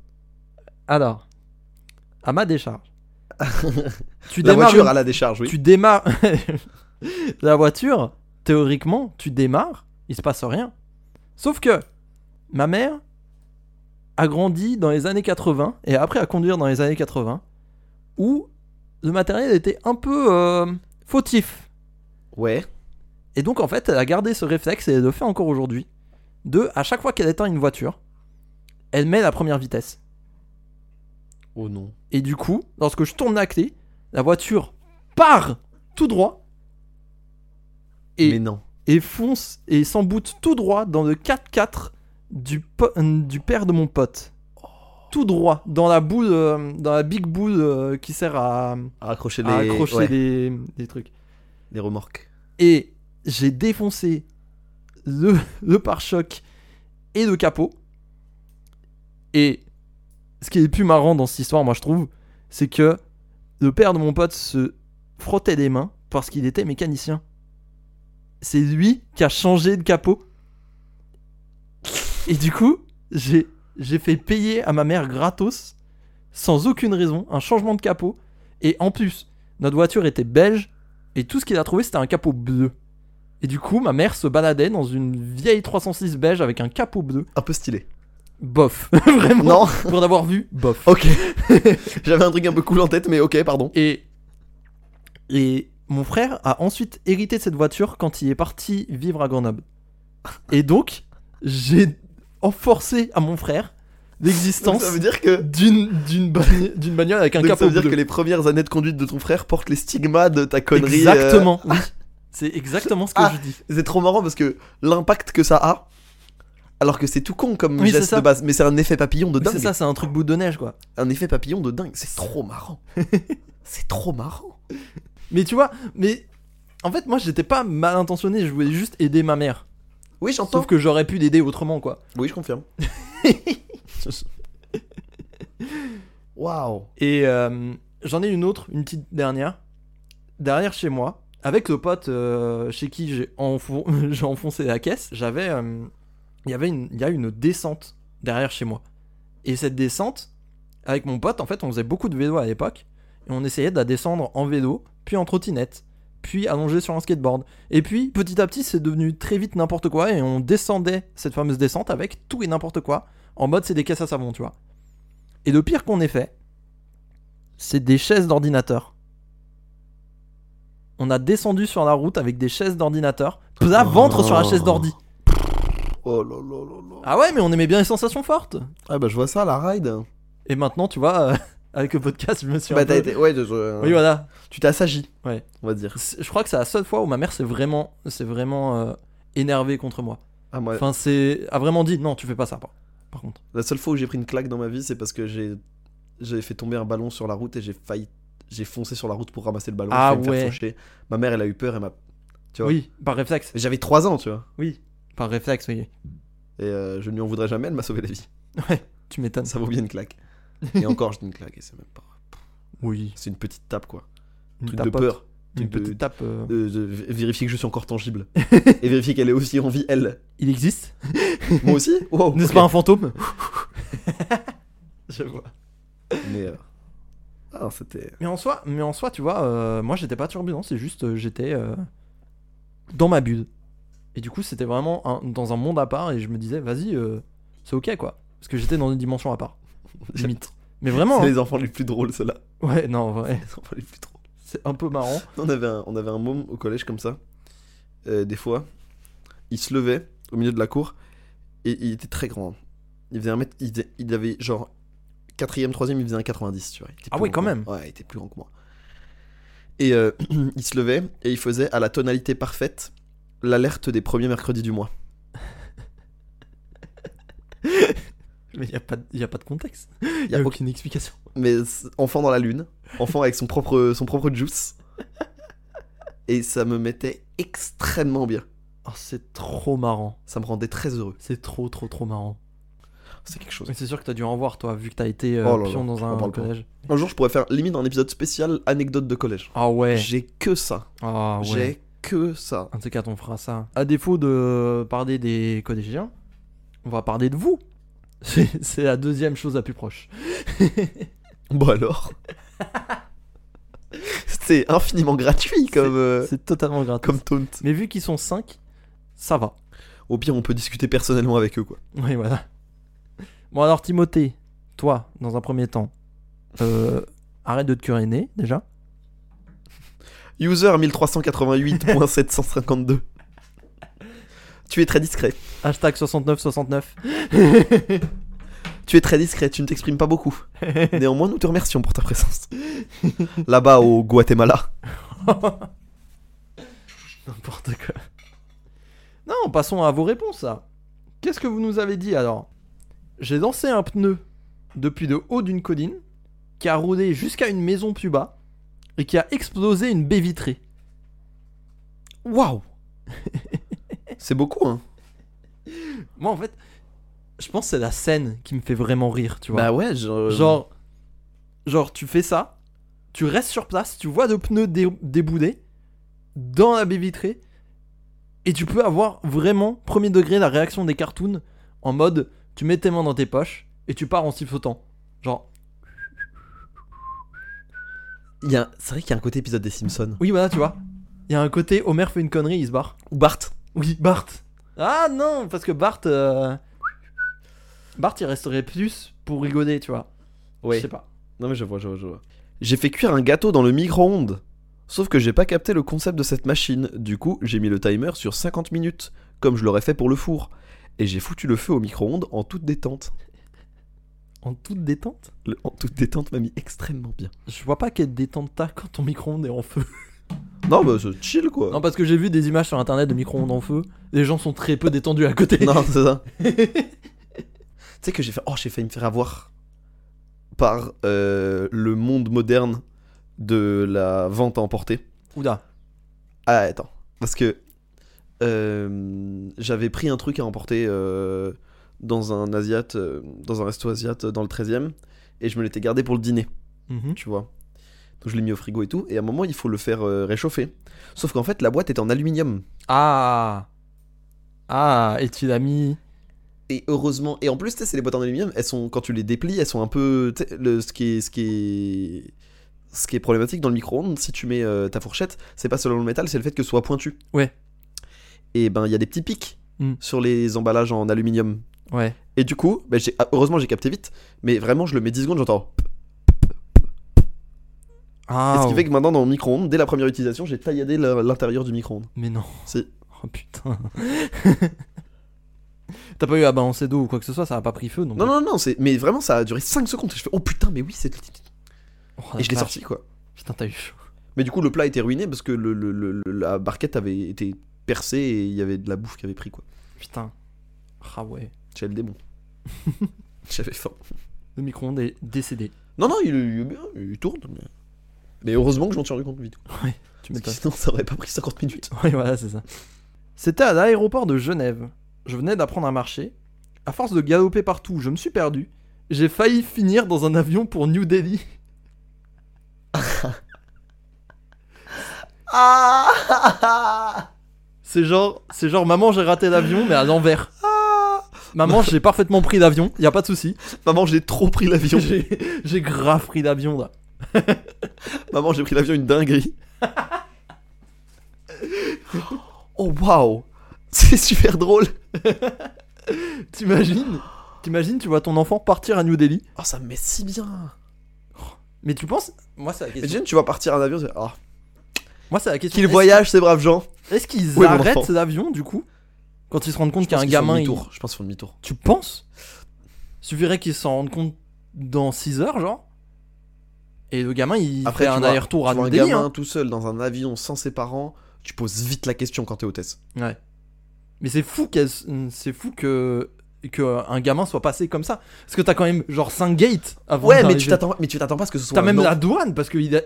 Alors, à ma décharge. tu la démarres voiture une- à la décharge, oui. tu démarres la voiture, théoriquement, tu démarres, il se passe rien. Sauf que ma mère a grandi dans les années 80 et a appris à conduire dans les années 80 où le matériel était un peu euh, fautif. Ouais. Et donc en fait, elle a gardé ce réflexe et elle le fait encore aujourd'hui. De à chaque fois qu'elle éteint une voiture, elle met la première vitesse. Oh non. Et du coup, lorsque je tourne la clé, la voiture part tout droit Et- Mais non. et fonce et s'emboute tout droit dans le 4x4 du, po- euh, du père de mon pote. Tout droit dans la boule, euh, dans la big boule euh, qui sert à, À accrocher les, à accrocher ouais, des- des trucs. les remorques. Et j'ai défoncé le, le pare-choc et le capot. Et ce qui est le plus marrant dans cette histoire, moi je trouve, c'est que le père de mon pote se frottait des mains parce qu'il était mécanicien. c'est lui qui a changé de capot. Et du coup, j'ai j'ai fait payer à ma mère gratos, sans aucune raison, un changement de capot. Et en plus, notre voiture était belge, et tout ce qu'il a trouvé, c'était un capot bleu. Et du coup, ma mère se baladait dans une vieille 306 beige avec un capot bleu. Un peu stylé. Bof. Vraiment. Non Oh. Pour l'avoir vu, bof. Ok. J'avais un truc un peu cool en tête, mais ok, pardon. Et, et mon frère a ensuite hérité de cette voiture quand il est parti vivre à Grenoble. Et donc, j'ai enforcé à mon frère Donc, l'existence ça veut dire que. d'une d'une bagn- d'une bagnole avec un donc, ça capot veut dire bleu. que les premières années de conduite de ton frère portent les stigmas de ta connerie. euh, Exactement, oui. C'est exactement ce que Ah. je dis. C'est trop marrant parce que l'impact que ça a, alors que c'est tout con comme Oui, c'est geste ça. de base, mais c'est un effet papillon de Mais dingue. C'est ça, c'est un truc bout de neige, quoi. Un effet papillon de dingue. C'est trop marrant. c'est trop marrant. Mais tu vois, mais en fait, moi, j'étais pas mal intentionné, je voulais juste aider ma mère. Oui, j'entends. Sauf que j'aurais pu l'aider autrement, quoi. Oui, je confirme. Waouh. Et euh, j'en ai une autre, une petite dernière. Derrière chez moi, avec le pote euh, chez qui j'ai enfon- j'ai enfoncé la caisse, j'avais. euh, Il y avait une- il y a une descente derrière chez moi. Et cette descente, avec mon pote, en fait, on faisait beaucoup de vélo à l'époque. Et on essayait de la descendre en vélo, puis en trottinette, puis allongé sur un skateboard. Et puis, petit à petit, c'est devenu très vite n'importe quoi. Et on descendait cette fameuse descente avec tout et n'importe quoi. En mode, c'est des caisses à savon, tu vois. Et le pire qu'on ait fait, c'est des chaises d'ordinateur. On a descendu sur la route avec des chaises d'ordinateur. Plat Oh. ventre sur la chaise d'ordi. Oh là là là là. Ah ouais, mais on aimait bien les sensations fortes. Ah bah je vois ça la ride. Et maintenant, tu vois, euh, avec le podcast, je me suis. un Bah t'as peu- été. Ouais, je- je- Oui, voilà. tu t'as assagi. Ouais. On va dire. C'est- Je crois que c'est la seule fois où ma mère s'est vraiment, s'est vraiment euh, énervée contre moi. Ah, moi, Enfin, c'est a vraiment dit non, tu fais pas ça. Par, par contre, la seule fois où j'ai pris une claque dans ma vie, c'est parce que j'ai j'avais fait tomber un ballon sur la route et j'ai failli j'ai foncé sur la route pour ramasser le ballon Ah et failli me ouais. faire faucher. Ma mère, elle a eu peur, elle m'a Tu vois. oui, par réflexe, J'avais 3 ans, tu vois. oui, par réflexe, oui. Et euh, je ne lui en voudrais jamais, elle m'a sauvé la vie. Ouais, tu m'étonnes. Ça vaut bien une claque. Et encore, je dis une claque et c'est même pas. Oui, C'est une petite tape, quoi. Un une truc de tapote, peur. une de- petite tape. euh, De, de v- vérifier que je suis encore tangible. et vérifier qu'elle est aussi en vie, elle. Il existe, Moi aussi Wow, n'est-ce ok. pas un fantôme Je vois. Mais. euh, Ah, c'était. Mais en soi, mais en soi, tu vois, euh, moi j'étais pas turbulent, c'est juste euh, j'étais euh, dans ma bulle. Et du coup, c'était vraiment un- dans un monde à part et je me disais, vas-y, euh, c'est ok quoi. Parce que j'étais dans une dimension à part, limite. Mais vraiment, C'est hein. les enfants les plus drôles, ceux-là. ouais, non, ouais, Les enfants les plus drôles. c'est un peu marrant. On avait un, on avait un môme au collège comme ça. Euh, des fois, il se levait au milieu de la cour et il était très grand. Il faisait un mètre. Il, faisait- il avait genre. Quatrième, troisième, il faisait un 90, tu vois. Il était Ah plus oui, grand quand que même. moi. Ouais, il était plus grand que moi. Et euh, il se levait et il faisait à la tonalité parfaite l'alerte des premiers mercredis du mois. Mais il y a pas, de- y a pas de contexte, Il il y a y a aucun- aucune explication. Mais c- enfant dans la lune, enfant avec son propre, son propre juice. Et ça me mettait extrêmement bien. Oh, c'est trop marrant, Ça me rendait très heureux. c'est trop, trop, trop marrant. C'est quelque chose. Mais c'est sûr que t'as dû en voir toi, vu que t'as été euh, Oh là là, pion dans j'en un parle pas. collège. Un jour, je pourrais faire limite un épisode spécial anecdote de collège. Ah ouais, J'ai que ça. ah ouais. J'ai que ça. Un de ces quatre, on fera ça. À défaut de parler des collégiens, on va parler de vous. C'est c'est la deuxième chose la plus proche. Bon alors. C'est infiniment gratuit comme, euh, C'est totalement gratuit. comme taunt. Mais vu qu'ils sont 5, ça va. Au pire, on peut discuter personnellement avec eux, quoi. Oui, voilà. Bon, alors, Timothée, toi, dans un premier temps, euh, arrête de te curiner, déjà. User 1388.752. tu es très discret. Hashtag 6969. Tu es très discret, tu ne t'exprimes pas beaucoup. Néanmoins, nous te remercions pour ta présence. Là-bas au Guatemala. N'importe quoi. Non, passons à vos réponses là. Qu'est-ce que vous nous avez dit alors J'ai lancé un pneu depuis le haut d'une colline qui a roulé jusqu'à une maison plus bas et qui a explosé une baie vitrée. Waouh C'est beaucoup, hein Moi en fait, je pense que c'est la scène qui me fait vraiment rire, tu vois. Bah ouais, genre... Genre, genre tu fais ça, tu restes sur place, tu vois le pneu dé- débouler dans la baie vitrée, Et tu peux avoir vraiment, premier degré, la réaction des cartoons en mode tu mets tes mains dans tes poches et tu pars en sifflotant. Genre, Il y a un- C'est vrai qu'il y a un côté épisode des Simpsons. oui, voilà, tu vois. Il y a un côté, Homer fait une connerie, il se barre. Ou Bart. Oui, Bart. Ah non, parce que Bart. euh, Bart, il resterait plus pour rigoler, tu vois. Je Ouais. sais pas. Non mais je vois, je vois, je vois. J'ai fait cuire un gâteau dans le micro-ondes. Sauf que j'ai pas capté le concept de cette machine. Du coup, j'ai mis le timer sur 50 minutes, comme je l'aurais fait pour le four. Et j'ai foutu le feu au micro-ondes en toute détente. En toute détente Le- en toute détente m'a mis extrêmement bien. Je vois pas quelle détente t'as quand ton micro-ondes est en feu. Non, bah c'est chill quoi. Non, parce que j'ai vu des images sur internet de micro-ondes en feu. Les gens sont très peu détendus à côté. Non, c'est ça. tu sais que j'ai fait. Oh, j'ai failli me faire avoir par euh, le monde moderne de la vente à emporter. Oula. Ah, attends. Parce que euh, j'avais pris un truc à emporter euh, dans un asiate, euh, dans un resto asiate euh, dans le 13 e et je me l'étais gardé pour le dîner, Mhm. tu vois. Donc je l'ai mis au frigo et tout, et à un moment il faut le faire euh, réchauffer. Sauf qu'en fait la boîte est en aluminium. Ah. Ah, et tu l'as mis. Et heureusement, et en plus, tu sais, c'est les boîtes en aluminium, elles sont, quand tu les déplies, elles sont un peu. tu sais, le- ce, qui est, ce, qui est, ce qui est problématique dans le micro-ondes, si tu mets euh, ta fourchette, c'est pas seulement le métal, c'est le fait que ce soit pointu. Ouais. Et ben, il y a des petits pics Mm. sur les emballages en aluminium. Ouais. Et du coup, ben, j'ai- ah, heureusement, j'ai capté vite, mais vraiment, je le mets 10 secondes, j'entends. Ah. et ce qui ouais. fait que maintenant, dans mon micro-ondes, dès la première utilisation, j'ai tailladé le- l'intérieur du micro-ondes. Mais non. Si. Oh putain. T'as pas eu à balancer d'eau ou quoi que ce soit, ça a pas pris feu donc. Non, non, non, c'est- mais vraiment, ça a duré 5 secondes. Et je fais, oh putain, mais oui, c'est. Oh, la Et je l'ai vache. sorti, quoi. Putain, t'as eu chaud. Mais du coup, le plat était ruiné parce que le, le- le- le- la barquette avait été percée et il y avait de la bouffe qui avait pris quoi. Putain. Ah ouais. J'avais le démon. J'avais faim. Le micro-ondes est décédé. Non, non, il, il est bien, il tourne. Mais, mais heureusement que je m'en suis rendu compte vite. quoi. Tu Parce que m'étonnes. sinon, ça aurait pas pris 50 minutes. Oui, voilà, c'est ça. C'était à l'aéroport de Genève. Je venais d'apprendre à marcher. À force de galoper partout, je me suis perdu. J'ai failli finir dans un avion pour New Delhi. Ah C'est genre, c'est genre, maman, j'ai raté l'avion, mais à l'envers. Maman, j'ai parfaitement pris l'avion, y a pas de souci. Maman, j'ai trop pris l'avion. J'ai j'ai grave pris l'avion là. Maman, j'ai pris l'avion une dinguerie. oh waouh C'est super drôle. T'imagines T'imagines, tu vois ton enfant partir à New Delhi. Oh, ça me met si bien. Mais tu penses Moi, c'est la question. Imagine, tu vas partir en avion. c'est- Ah. Moi, c'est la question. Qu'il Est-ce- voyage, ces braves gens. Est-ce qu'ils Où est mon arrêtent enfant l'avion du coup Quand ils se rendent compte qu'il y a un Ils font gamin. il- demi-tour. Je pense qu'ils font demi-tour. Tu penses Suffirait qu'ils s'en rendent compte dans 6 heures, genre Et le gamin, il Après, fait tu un vois- aller-retour à tu vois New un Delhi. gamin hein. tout seul dans un avion sans ses parents, tu poses vite la question quand t'es hôtesse. hein. Ouais. Mais c'est fou, qu'elle- c'est fou que qu'un gamin soit passé comme ça. Parce que t'as quand même genre 5 gates avant Ouais, mais d'arriver. tu t'attends, mais tu t'attends pas à ce que ce soit. T'as un même en- la douane, parce que il a-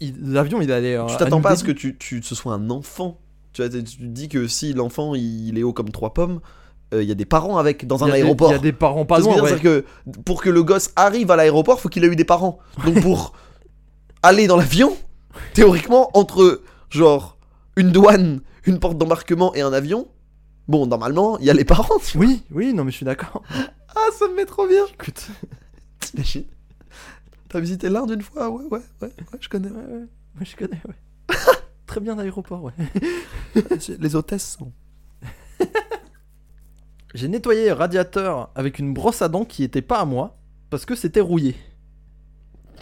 il- l'avion, il allait. euh, Tu t'attends New pas à ce Delhi. que tu, tu- ce soit un enfant. Tu vois, tu tu te dis que si l'enfant il est haut comme trois pommes, euh, il y a des parents avec dans Il y un a des- aéroport. Il y a des parents pas Tu vois ce loin. que je veux ouais. dire C'est-à-dire que pour que le gosse arrive à l'aéroport, faut qu'il ait eu des parents. Donc pour aller dans l'avion, théoriquement entre genre une douane, une porte d'embarquement et un avion, bon normalement il y a les parents. tu vois. Oui, oui, non, mais je suis d'accord. Ah ça me met trop bien. Écoute. T'imagines T'as visité l'Inde une fois Ouais, ouais, ouais, ouais, je connais. Ouais, ouais, ouais, je connais, ouais. Très bien l'aéroport, ouais. Les hôtesses sont. J'ai nettoyé le radiateur avec une brosse à dents qui était pas à moi parce que c'était rouillé.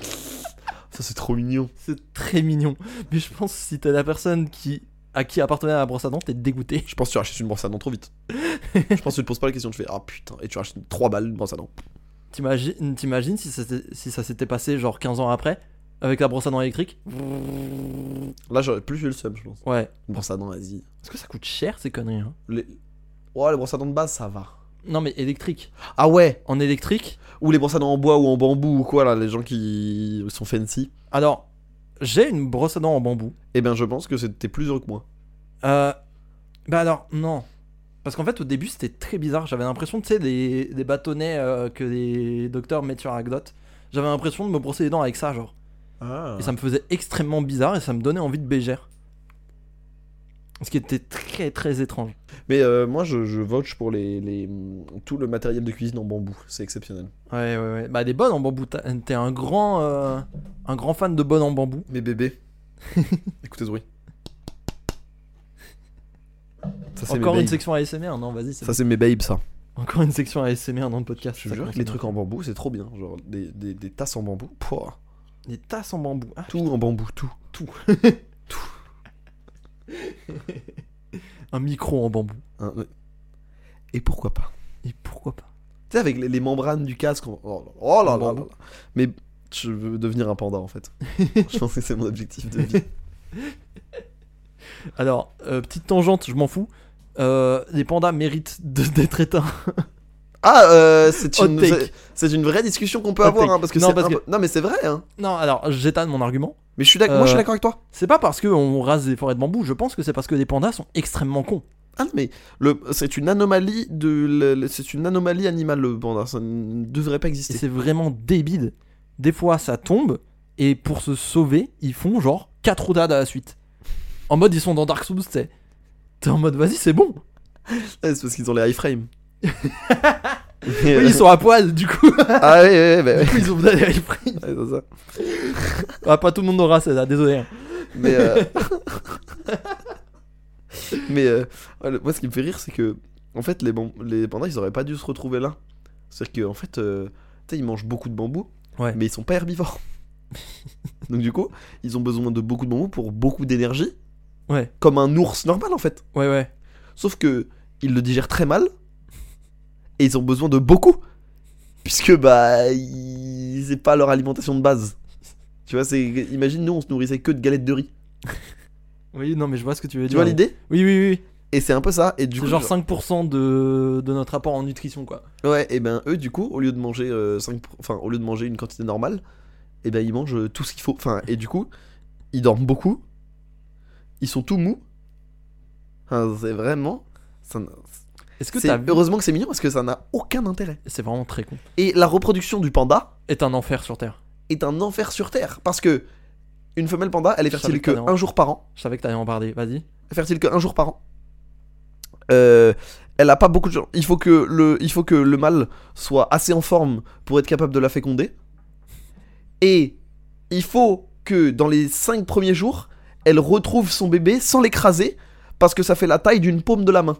Ça, c'est trop mignon. C'est très mignon. Mais je pense que si t'es la personne qui à qui appartenait la brosse à dents, t'es dégoûté. Je pense que tu rachètes une brosse à dents trop vite. je pense que tu te poses pas la question, tu fais Ah putain, et tu rachètes une- trois balles de brosse à dents. T'imagines t'imagines si ça s'était- si ça s'était passé genre 15 ans après avec la brosse à dents électrique Là, j'aurais plus eu le seum, je pense. Ouais. Une brosse à dents, vas-y. Est-ce que ça coûte cher ces conneries hein Les... Ouais, les brosses à dents de base, ça va. Non mais électrique. Ah ouais En électrique, Ou les brosses à dents en bois ou en bambou ou quoi, là, les gens qui sont fancy. alors j'ai une brosse à dents en bambou. Eh ben, je pense que c'était plus heureux que moi. Euh, bah alors, non. Parce qu'en fait, au début, c'était très bizarre. J'avais l'impression, tu sais, des, des bâtonnets euh, que les docteurs mettent sur Agdot. J'avais l'impression de me brosser les dents avec ça, genre. Ah. Et ça me faisait extrêmement bizarre et ça me donnait envie de bégère. Ce qui était très très étrange. Mais euh, moi, je, je vote pour les, les- tout le matériel de cuisine en bambou. C'est exceptionnel. Ouais, ouais, ouais. Bah, des bonnes en bambou. T'as- T'es un grand, euh, un grand fan de bonnes en bambou. Mes bébés. Écoutez ce bruit. Ça, c'est mes Encore une babes. section ASMR, non, vas-y. c'est Ça, c'est mes babes, ça. bon. Encore une section ASMR dans le podcast. Je te ça jure commence que les bien. trucs en bambou, c'est trop bien. Genre, des, des, des tasses en bambou. Pouah. Des tasses en bambou. Ah, Tout en bambou, tout. un micro en bambou. Hein, ouais. Et pourquoi pas Et pourquoi pas Tu sais, avec les, les membranes du casque. on- Oh, là- oh là En là là bambou. là. Mais je veux devenir un panda, en fait. je pense que c'est mon objectif de vie. Alors, euh, petite tangente, je m'en fous. Euh, les pandas méritent de- d'être éteints. Ah, euh, c'est Hot une, take. c'est- c'est une vraie discussion qu'on peut Hot avoir. take. hein, parce que Non, c'est parce un que- peu- non, mais c'est vrai. Hein. Non, alors j'étale mon argument. Mais je suis d'accord- moi, je suis Euh, d'accord avec toi. C'est pas parce qu'on rase des forêts de bambou, je pense que c'est parce que les pandas sont extrêmement cons. Ah non, mais le, c'est une anomalie de le- le- c'est une anomalie animale le panda, ça ne devrait pas Et exister. c'est vraiment débile. Des fois, ça tombe, et pour se sauver, ils font genre 4 roulades à la suite. En mode, ils sont dans Dark Souls, tu sais. T'es en mode, vas-y, c'est bon. Ouais, Ah, c'est parce qu'ils ont les high frames. Oui, euh, ils sont à poil, du coup. Ah ouais, ouais, ouais, bah, ouais, Du coup, ils ont besoin d'aller free. ouais, c'est ça. Ah, pas tout le monde aura celle-là, désolé. hein. Mais euh, mais euh, ouais, le- moi ce qui me fait rire c'est que en fait les bam- les pandas ils auraient pas dû se retrouver là. C'est-à-dire qu'en fait euh, tu sais, ils mangent beaucoup de bambou, Ouais. mais ils sont pas herbivores. Donc du coup ils ont besoin de beaucoup de bambou pour beaucoup d'énergie, Ouais, comme un ours normal en fait. ouais, ouais. Sauf que ils le digèrent très mal et ils ont besoin de beaucoup puisque bah ils- c'est pas leur alimentation de base. Tu vois, c'est imagine nous on se nourrissait que de galettes de riz. Oui, non, mais je vois ce que tu veux Tu dire. vois l'idée Oui, oui, oui. Et c'est un peu ça et du C'est coup genre 5% de, de notre apport en nutrition, quoi. Ouais, et ben eux du coup au lieu de manger euh, cinq- enfin au lieu de manger une quantité normale, et ben ils mangent euh, tout ce qu'il faut. Enfin et du coup, ils dorment beaucoup. Ils sont tout mous. Enfin, c'est vraiment ça n'a- Est-ce que c'est- t'as vu heureusement que c'est mignon parce que ça n'a aucun intérêt. C'est vraiment très con. Et la reproduction du panda, Est un enfer sur Terre. est un enfer sur Terre. Parce que une femelle panda, elle est Je fertile savais que pas, non. un jour par an. Je savais que t'allais en parler, vas-y. Fertile que un jour par an. Euh, elle a pas beaucoup de gens. Il faut que le, il faut que le mâle soit assez en forme pour être capable de la féconder. Et il faut que dans les 5 premiers jours, elle retrouve son bébé sans l'écraser parce que ça fait la taille d'une paume de la main.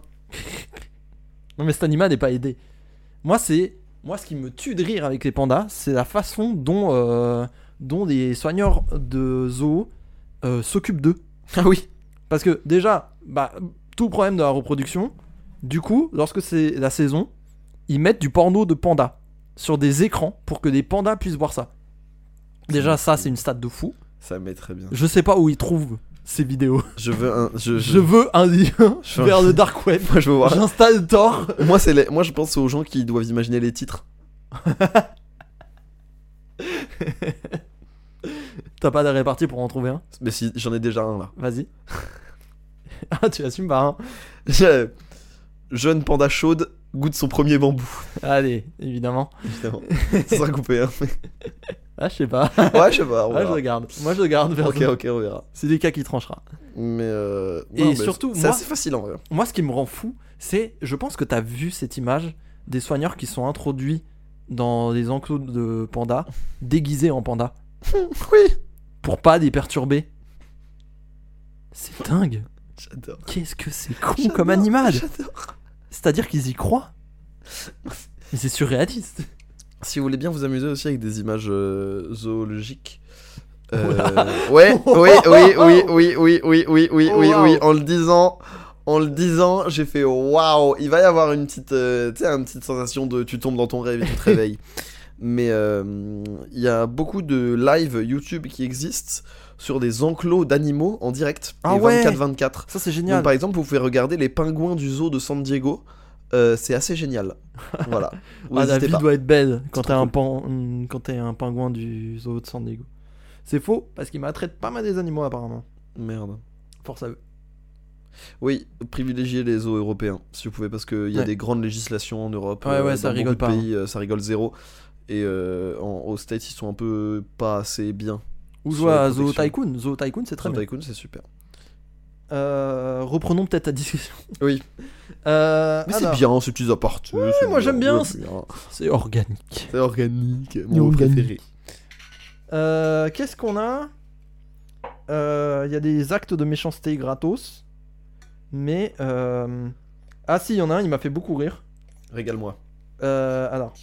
Non mais cet animal n'est pas aidé. Moi c'est moi ce qui me tue de rire avec les pandas, c'est la façon dont euh, dont les soigneurs de zoo euh, s'occupent d'eux. Ah oui. Parce que déjà, bah tout le problème de la reproduction, du coup, lorsque c'est la saison, ils mettent du porno de pandas sur des écrans pour que des pandas puissent voir ça. Déjà ça c'est une stat de fou. Ça m'est très bien. Je sais pas où ils trouvent ces vidéos. Je veux un. Je, je- Je veux un lien Je- vers le dark web. Moi, je veux voir. J'installe Tor. Moi, c'est les- moi, je pense aux gens qui doivent imaginer les titres. T'as pas de répartie pour en trouver un Mais si, j'en ai déjà un là. Vas-y. ah, tu assumes pas, hein Je- Jeune panda chaude goûte son premier bambou, Allez, évidemment. évidemment. Ça sera coupé, hein. Ah, je sais pas. Ouais, je sais pas. on Ah, je verra. regarde. Moi, je regarde vers ok, ok, on verra. C'est Lucas qui tranchera. Mais euh... Et mais surtout, c'est moi- assez facile en vrai. Moi, ce qui me rend fou, c'est. Je pense que t'as vu cette image des soigneurs qui sont introduits dans les enclos de pandas, déguisés en pandas, oui, pour pas les perturber. C'est dingue. j'adore. Qu'est-ce que c'est con J'adore, comme animal J'adore. C'est-à-dire qu'ils y croient. Mais c'est surréaliste. Si vous voulez bien vous amuser aussi avec des images euh, zoologiques. euh, Oula. Ouais, oui, oui, oui, oui, oui, oui, oui, oui, Oh, oui, oui. waouh. En le disant, en le disant, j'ai fait waouh. Il va y avoir une petite, euh, tu sais, une petite sensation de tu tombes dans ton rêve et tu te réveilles. Mais euh, il y a beaucoup de live YouTube qui existent sur des enclos d'animaux en direct. Ah et ouais. 24-24. Ça, c'est Donc, génial. par exemple, vous pouvez regarder les pingouins du zoo de San Diego. Euh, c'est assez génial. Voilà. Vous Ah, la n'hésitez vie pas. doit être belle quand C'est t'es trop un, pan... hum, quand t'es un pingouin du zoo de San Diego. C'est faux, parce qu'il m'attraite pas mal des animaux apparemment. Merde. Force à eux. Oui, privilégier les eaux européens, si vous pouvez, parce qu'il y a Ouais. des grandes législations en Europe. Ouais, ouais, ça dans rigole beaucoup de pas, hein. Pays, euh, ça rigole zéro. Et euh, en- aux States, ils sont un peu pas assez bien. Ou Sur jouer la à Zoo protection. Tycoon. Zoo Tycoon, c'est très Sur bien. Tycoon, c'est super. Euh, reprenons peut-être ta discussion. Oui. Euh, Mais alors, c'est bien ces petits apartés. c'est moi, j'aime bien, c'est C'est organique. C'est organique, Et mon mot organique. préféré. Euh, Qu'est-ce qu'on a Euh, Il y a des actes de méchanceté gratos. Mais. euh, Ah si, il y en a un, il m'a fait beaucoup rire. Régale-moi. Euh, alors.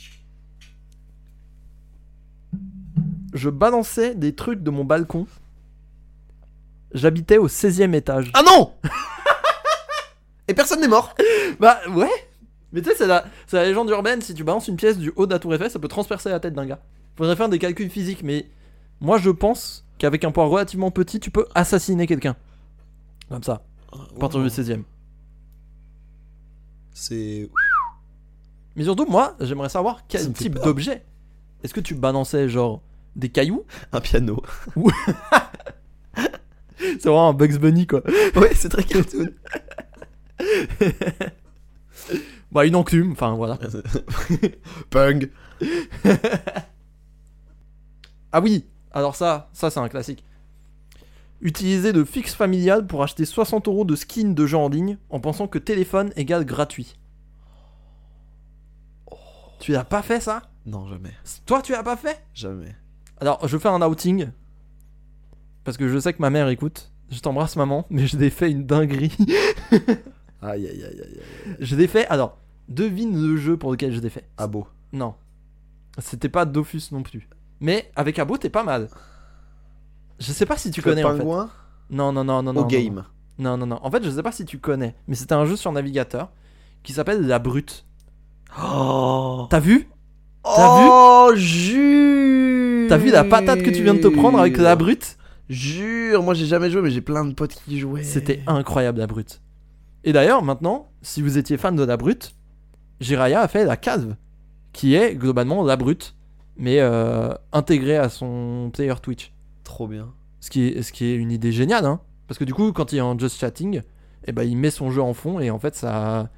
Je balançais des trucs de mon balcon. J'habitais au 16 e étage. Ah non Et personne n'est mort Bah ouais Mais tu sais, c'est la, c'est la légende urbaine, si tu balances une pièce du haut de la tour Eiffel, ça peut transpercer la tête d'un gars. Faudrait faire des calculs physiques, mais moi je pense qu'avec un poids relativement petit, tu peux assassiner quelqu'un. Comme ça, à partir du 16 e C'est. Mais surtout, moi, j'aimerais savoir Ça quel me fait type peur. d'objet. Est-ce que tu balançais genre des cailloux Un piano. C'est vraiment un Bugs Bunny quoi. ouais, c'est très cartoon. Bah une enclume, enfin voilà. Pung. Ah oui, alors ça, ça c'est un classique. Utiliser de fixe familial pour acheter 60 euros de skins de jeux en ligne en pensant que téléphone égale gratuit. Tu l'as pas fait ça Non, jamais. Toi tu l'as pas fait Jamais. Alors je fais un outing parce que je sais que ma mère écoute. Je t'embrasse maman, mais je défais une dinguerie. Aïe aïe aïe aïe. aïe. je défais. Alors devine le jeu pour lequel je défais. Ah beau. Non, c'était pas Dofus non plus. Mais avec Abo t'es pas mal. Je sais pas si tu Le connais en fait. pingouin Non, non, non, non. non, au non, game. Non, non, non. En fait, je sais pas si tu connais, mais c'était un jeu sur navigateur qui s'appelle La Brute. Oh T'as vu T'as vu T'as vu Jure T'as vu la patate que tu viens de te prendre avec La Brute Jure Moi j'ai jamais joué, mais j'ai plein de potes qui jouaient. C'était incroyable, La Brute. Et d'ailleurs, maintenant, si vous étiez fan de La Brute, Jiraya a fait La Cave, qui est globalement La Brute, mais euh, intégrée à son player Twitch. Trop bien. Ce qui est, ce qui est une idée géniale, hein. Parce que du coup, quand il est en just chatting, eh ben, il met son jeu en fond et en fait, ça,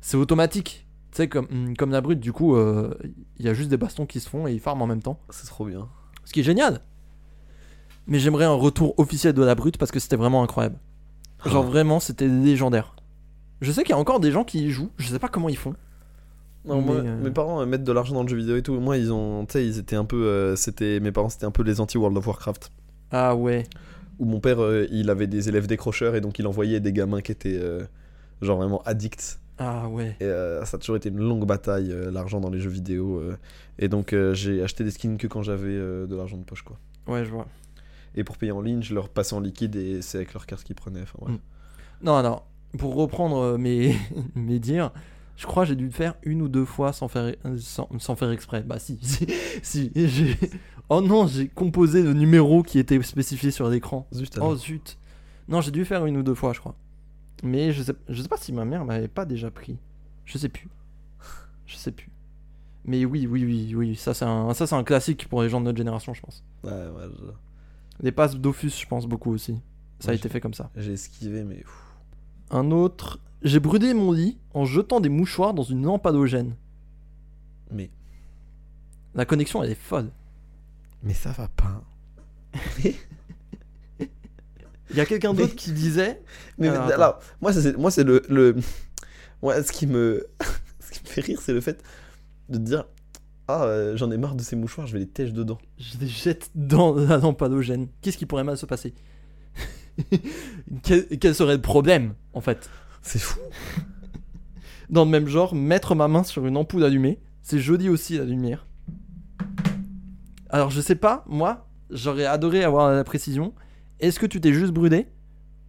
c'est automatique. Tu sais, comme, hmm, comme la brute, du coup, euh, il y a juste des bastons qui se font et ils farment en même temps. C'est trop bien. Ce qui est génial. Mais j'aimerais un retour officiel de la brute parce que c'était vraiment incroyable. Genre, Ah. vraiment, c'était légendaire. Je sais qu'il y a encore des gens qui y jouent, je sais pas comment ils font. Non, Mais, moi, euh, mes parents euh, mettent de l'argent dans le jeu vidéo et tout. Moi, ils ont, tu sais, ils étaient un peu, euh, c'était, mes parents c'était un peu les anti World of Warcraft. Ah ouais. Où mon père, euh, il avait des élèves décrocheurs et donc il envoyait des gamins qui étaient euh, genre vraiment addicts. Ah ouais. Et euh, ça a toujours été une longue bataille euh, l'argent dans les jeux vidéo. euh. et donc euh, j'ai acheté des skins que quand j'avais euh, de l'argent de poche quoi. Ouais, je vois. Et pour payer en ligne, je leur passais en liquide et c'est avec leur carte qu'ils prenaient. Enfin, bref. Mm. Non, non. Pour reprendre euh, mes, mes dires, je crois que j'ai dû le faire une ou deux fois sans faire, euh, sans, sans faire exprès. Bah si, si, si, j'ai- Oh non, j'ai composé le numéro qui était spécifié sur l'écran. Ah Zut, Oh zut. Non, j'ai dû le faire une ou deux fois, je crois. Mais je sais, je sais pas si ma mère m'avait pas déjà pris. Je sais plus. Je sais plus. Mais oui, oui, oui, oui. Ça, c'est un, ça, c'est un classique pour les gens de notre génération, je pense. Ouais, ouais, je- Les passes Dofus, je pense, beaucoup aussi. Ça a Ouais, été je- fait comme ça. j'ai esquivé, mais pff, Un autre. J'ai brûlé mon lit en jetant des mouchoirs dans une lampe halogène. mais La connexion, elle est folle. mais ça va pas. Il y a quelqu'un d'autre qui disait. Mais Alors, mais- attends. alors, moi, ça, c'est- moi, c'est le, le- Moi, ce qui me. ce qui me fait rire, c'est le fait de te dire Ah, euh, j'en ai marre de ces mouchoirs, je vais les tèche dedans. Je les jette dans la lampe halogène. Qu'est-ce qui pourrait mal se passer quel, quel serait le problème, en fait C'est fou. Dans le même genre, mettre ma main sur une ampoule allumée, c'est joli aussi la lumière. Alors, je sais pas, moi, j'aurais adoré avoir la précision. Est-ce que tu t'es juste brûlé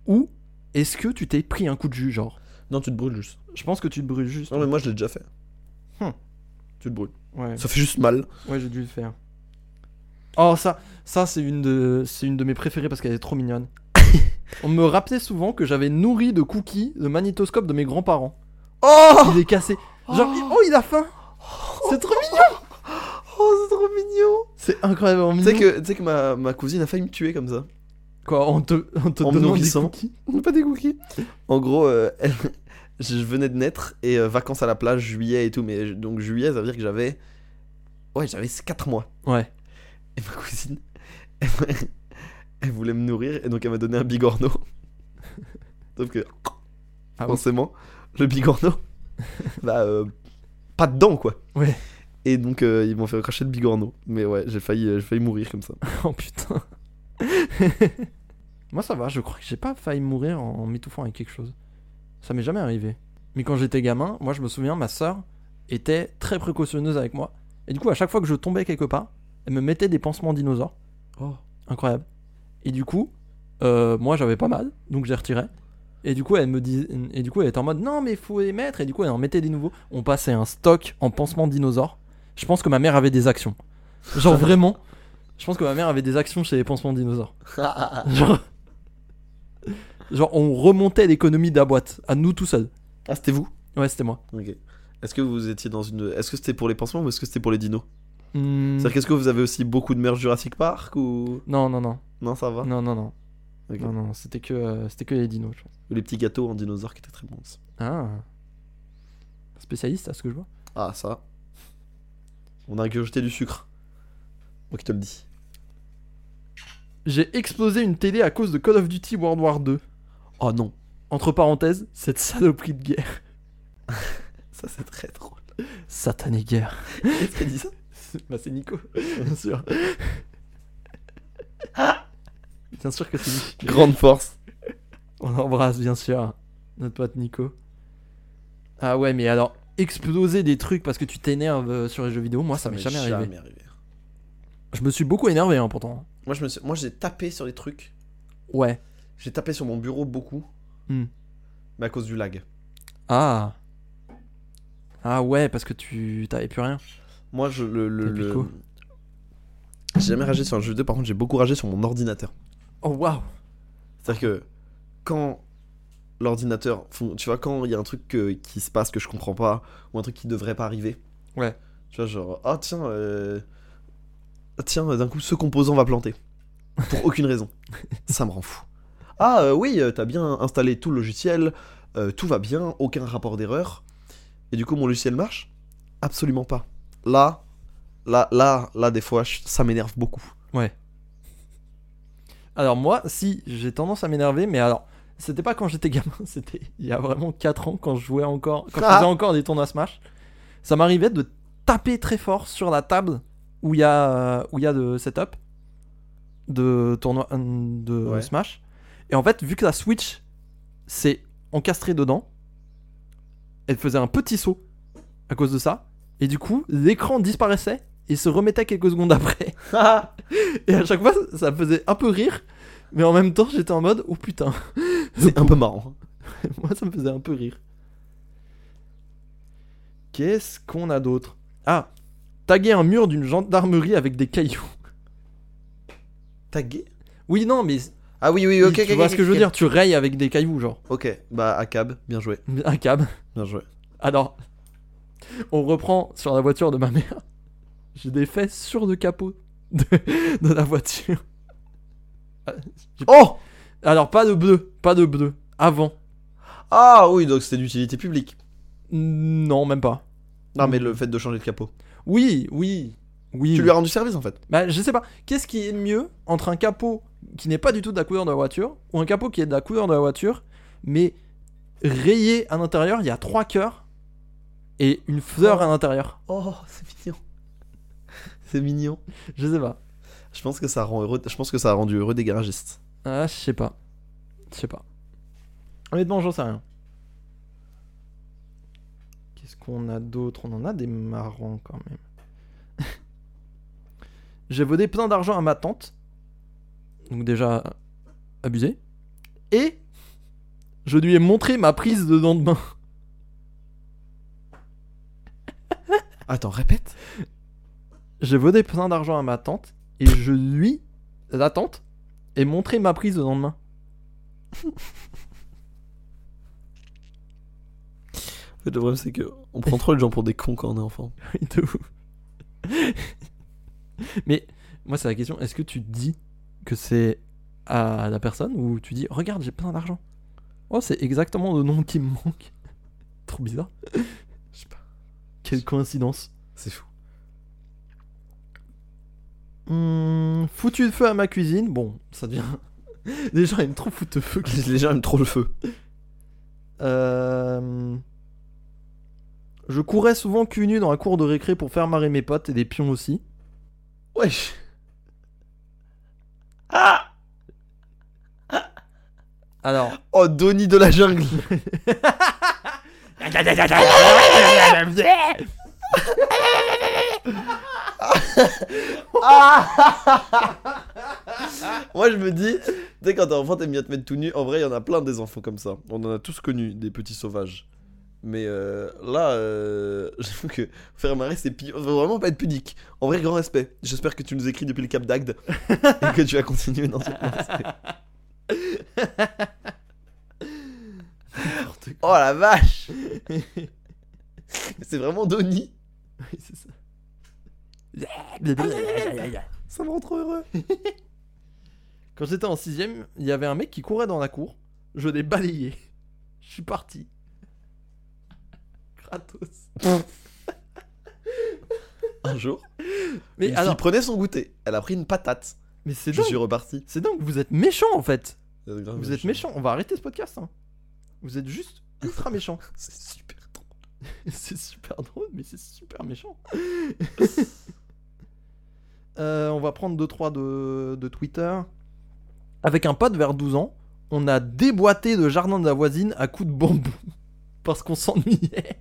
Ou est-ce que tu t'es pris un coup de jus, genre Non, tu te brûles juste. Je pense que tu te brûles juste. Non, mais moi, je l'ai déjà fait. Hmm. Tu te brûles. Ouais. Ça fait juste mal. Ouais, j'ai dû le faire. Oh, ça, ça c'est une, de, c'est une de mes préférées parce qu'elle est trop mignonne. On me rappelait souvent que j'avais nourri de cookies le magnétoscope de mes grands-parents. Oh Il est cassé. Genre, il- oh, il a faim C'est trop mignon Oh, c'est trop mignon C'est incroyablement Tu mignon. sais que, tu sais que ma, ma cousine a failli me tuer comme ça. Quoi, on te, on te En me donnant des nourrissant. cookies Pas des cookies. En gros, euh, elle- je venais de naître et euh, vacances à la plage, juillet et tout. Mais je- donc, juillet, ça veut dire que j'avais. Ouais, j'avais 4 mois. Ouais. Et ma cousine, elle, elle voulait me nourrir et donc elle m'a donné un bigorneau. Sauf que, Ah oui. forcément, le bigorneau, bah, euh, pas dedans, quoi. Ouais. Et donc, euh, ils m'ont fait cracher le bigorneau. Mais ouais, j'ai failli, euh, j'ai failli mourir comme ça. Oh putain. Moi ça va, je crois que j'ai pas failli mourir en en m'étouffant avec quelque chose. Ça m'est jamais arrivé. Mais quand j'étais gamin, moi je me souviens, ma sœur était très précautionneuse avec moi. Et du coup, à chaque fois que je tombais quelque part, elle me mettait des pansements dinosaures. Oh. Incroyable. Et du coup, euh, moi j'avais pas mal, donc j'ai retiré. Et du coup, elle me dis... et du coup, elle était en mode non, mais faut les mettre. Et du coup, elle en mettait des nouveaux. On passait un stock en pansement dinosaure. Je pense que ma mère avait des actions. Genre vraiment, je pense que ma mère avait des actions chez les pansements dinosaures. ah, Genre, Genre, on remontait l'économie de la boîte à nous tout seuls. Ah, c'était vous Ouais, c'était moi. Ok. Est-ce que vous étiez dans une. Est-ce que c'était pour les pansements ou est-ce que c'était pour les dinos Hmm, C'est-à-dire qu'est-ce que vous avez aussi beaucoup de merde Jurassic Park ou. Non, non, non, Non, ça va non, non, non, Ok. non, non, c'était que, euh, c'était que les dinos, je pense. Ou les petits gâteaux en dinosaure qui étaient très bons aussi. Ah, spécialiste à ce que je vois. Ah, ça. On a ingurgité du sucre. Moi qui te le dis. J'ai explosé une télé à cause de Call of Duty World War 2. Oh non, Entre parenthèses, cette saloperie de guerre. ça c'est très drôle. Satanée guerre. Qu'est-ce qu'elle dit ça bah, c'est Nico, bien sûr. bien sûr que c'est lui. Grande force. On embrasse bien sûr notre pote Nico. Ah ouais, mais alors, exploser des trucs parce que tu t'énerves euh, sur les jeux vidéo, moi ça, m'est jamais arrivé. Je me suis beaucoup énervé hein, pourtant. Moi je me suis- moi j'ai tapé sur des trucs. Ouais. J'ai tapé sur mon bureau beaucoup. Hmm. Mais à cause du lag. Ah. Ah ouais, parce que tu t'avais plus rien. Moi je le. le, Et puis le- quoi J'ai jamais ragé sur un jeu vidéo, par contre j'ai beaucoup ragé sur mon ordinateur. Oh waouh. C'est-à-dire que quand l'ordinateur, fon- tu vois, quand il y a un truc que- qui se passe que je comprends pas, ou un truc qui devrait pas arriver. Ouais. Tu vois, genre, ah tiens, euh, ah, tiens, d'un coup ce composant va planter. Pour aucune raison. Ça me rend fou. Ah euh, oui, euh, t'as bien installé tout le logiciel, euh, tout va bien, aucun rapport d'erreur. Et du coup, mon logiciel marche Absolument pas. Là, là, là, là, des fois, je- ça m'énerve beaucoup. Alors moi, si, j'ai tendance à m'énerver, mais alors, c'était pas quand j'étais gamin, c'était il y a vraiment 4 ans quand je jouais encore, quand je Ah. faisais encore des tournois Smash. Ça m'arrivait de taper très fort sur la table où il y a euh, où il y a de setup de tournoi euh, de Ouais. Smash. Et en fait, vu que la Switch s'est encastrée dedans, elle faisait un petit saut à cause de ça. Et du coup, l'écran disparaissait et se remettait quelques secondes après. Ah. Et à chaque fois, ça me faisait un peu rire, mais en même temps, j'étais en mode oh putain. C'est un peu marrant. hein. Moi, ça me faisait un peu rire. Qu'est-ce qu'on a d'autre Ah, taguer un mur d'une gendarmerie avec des cailloux. Tagué Oui, non, mais Ah oui, oui, ok, tu ok, vois ok, ce que je veux ok. dire Tu rayes avec des cailloux, genre Ok, bah Akab, bien joué, un câble. bien joué. Alors, on reprend sur la voiture de ma mère. J'ai des fesses sur le capot de, de la voiture. Ah, Oh Alors, pas de bleu, pas de bleu. Avant. Ah oui, donc c'était d'utilité publique. Non, même pas. Non mais le fait de changer de capot. Oui, oui, oui. Tu lui as rendu service en fait. Bah, je sais pas. Qu'est-ce qui est mieux entre un capot qui n'est pas du tout de la couleur de la voiture ou un capot qui est de la couleur de la voiture, mais rayé à l'intérieur, il y a trois cœurs et une fleur à l'intérieur. Oh, c'est mignon. C'est mignon. Je sais pas. Je pense que ça rend heureux. Je pense que ça a rendu heureux des garagistes. Ah, je sais pas. Je sais pas. Honnêtement, j'en sais rien. Qu'est-ce qu'on a d'autre On en a des marrants quand même. J'ai volé plein d'argent à ma tante. Donc déjà abusé. Et je lui ai montré ma prise de dents de main. Attends, répète. J'ai volé plein d'argent à ma tante. Et je lui, la tante, ai montré ma prise de dents de main. Le problème c'est que on prend trop les gens pour des cons quand on est enfant. Et de ouf. Mais moi, c'est la question est-ce que tu dis que c'est à la personne ou tu dis regarde, j'ai plein d'argent Oh, c'est exactement le nom qui me manque. Trop bizarre. Je sais pas. Quelle coïncidence. C'est fou. Hum, foutu le feu à ma cuisine. Bon, ça devient. Les gens aiment trop foutre le feu. Les gens aiment trop le feu. Euh, Je courais souvent cul nu dans la cour de récré pour faire marrer mes potes et des pions aussi. Wesh. Ah Alors, Oh, Donnie de la jungle. Moi, je me dis, tu sais, quand t'es enfant, t'aimes bien te mettre tout nu. En vrai, il y en a plein des enfants comme ça. On en a tous connu, des petits sauvages. Mais euh, là, euh, j'avoue que faire marrer, c'est pi- faut vraiment pas être pudique. En vrai, grand respect. J'espère que tu nous écris depuis le Cap d'Agde et que tu vas continuer dans cette lancée. Oh la vache C'est vraiment Donnie. Oui, c'est ça. Oh, Ça me rend trop heureux. Quand j'étais en sixième, il y avait un mec qui courait dans la cour. Je l'ai balayé. Je suis parti. Kratos. Un jour, Mais une fille alors, prenait son goûter. Elle a pris une patate. mais c'est Je dingue. suis reparti. C'est dingue, vous êtes méchant en fait. C'est grave Vous êtes méchant. On va arrêter ce podcast. hein. Vous êtes juste ultra méchant. C'est super drôle. c'est super drôle, mais c'est super méchant. Euh, on va prendre 2-3 de, de Twitter. Avec un pote vers 12 ans, on a déboîté le jardin de la voisine à coups de bambou. Parce qu'on s'ennuyait.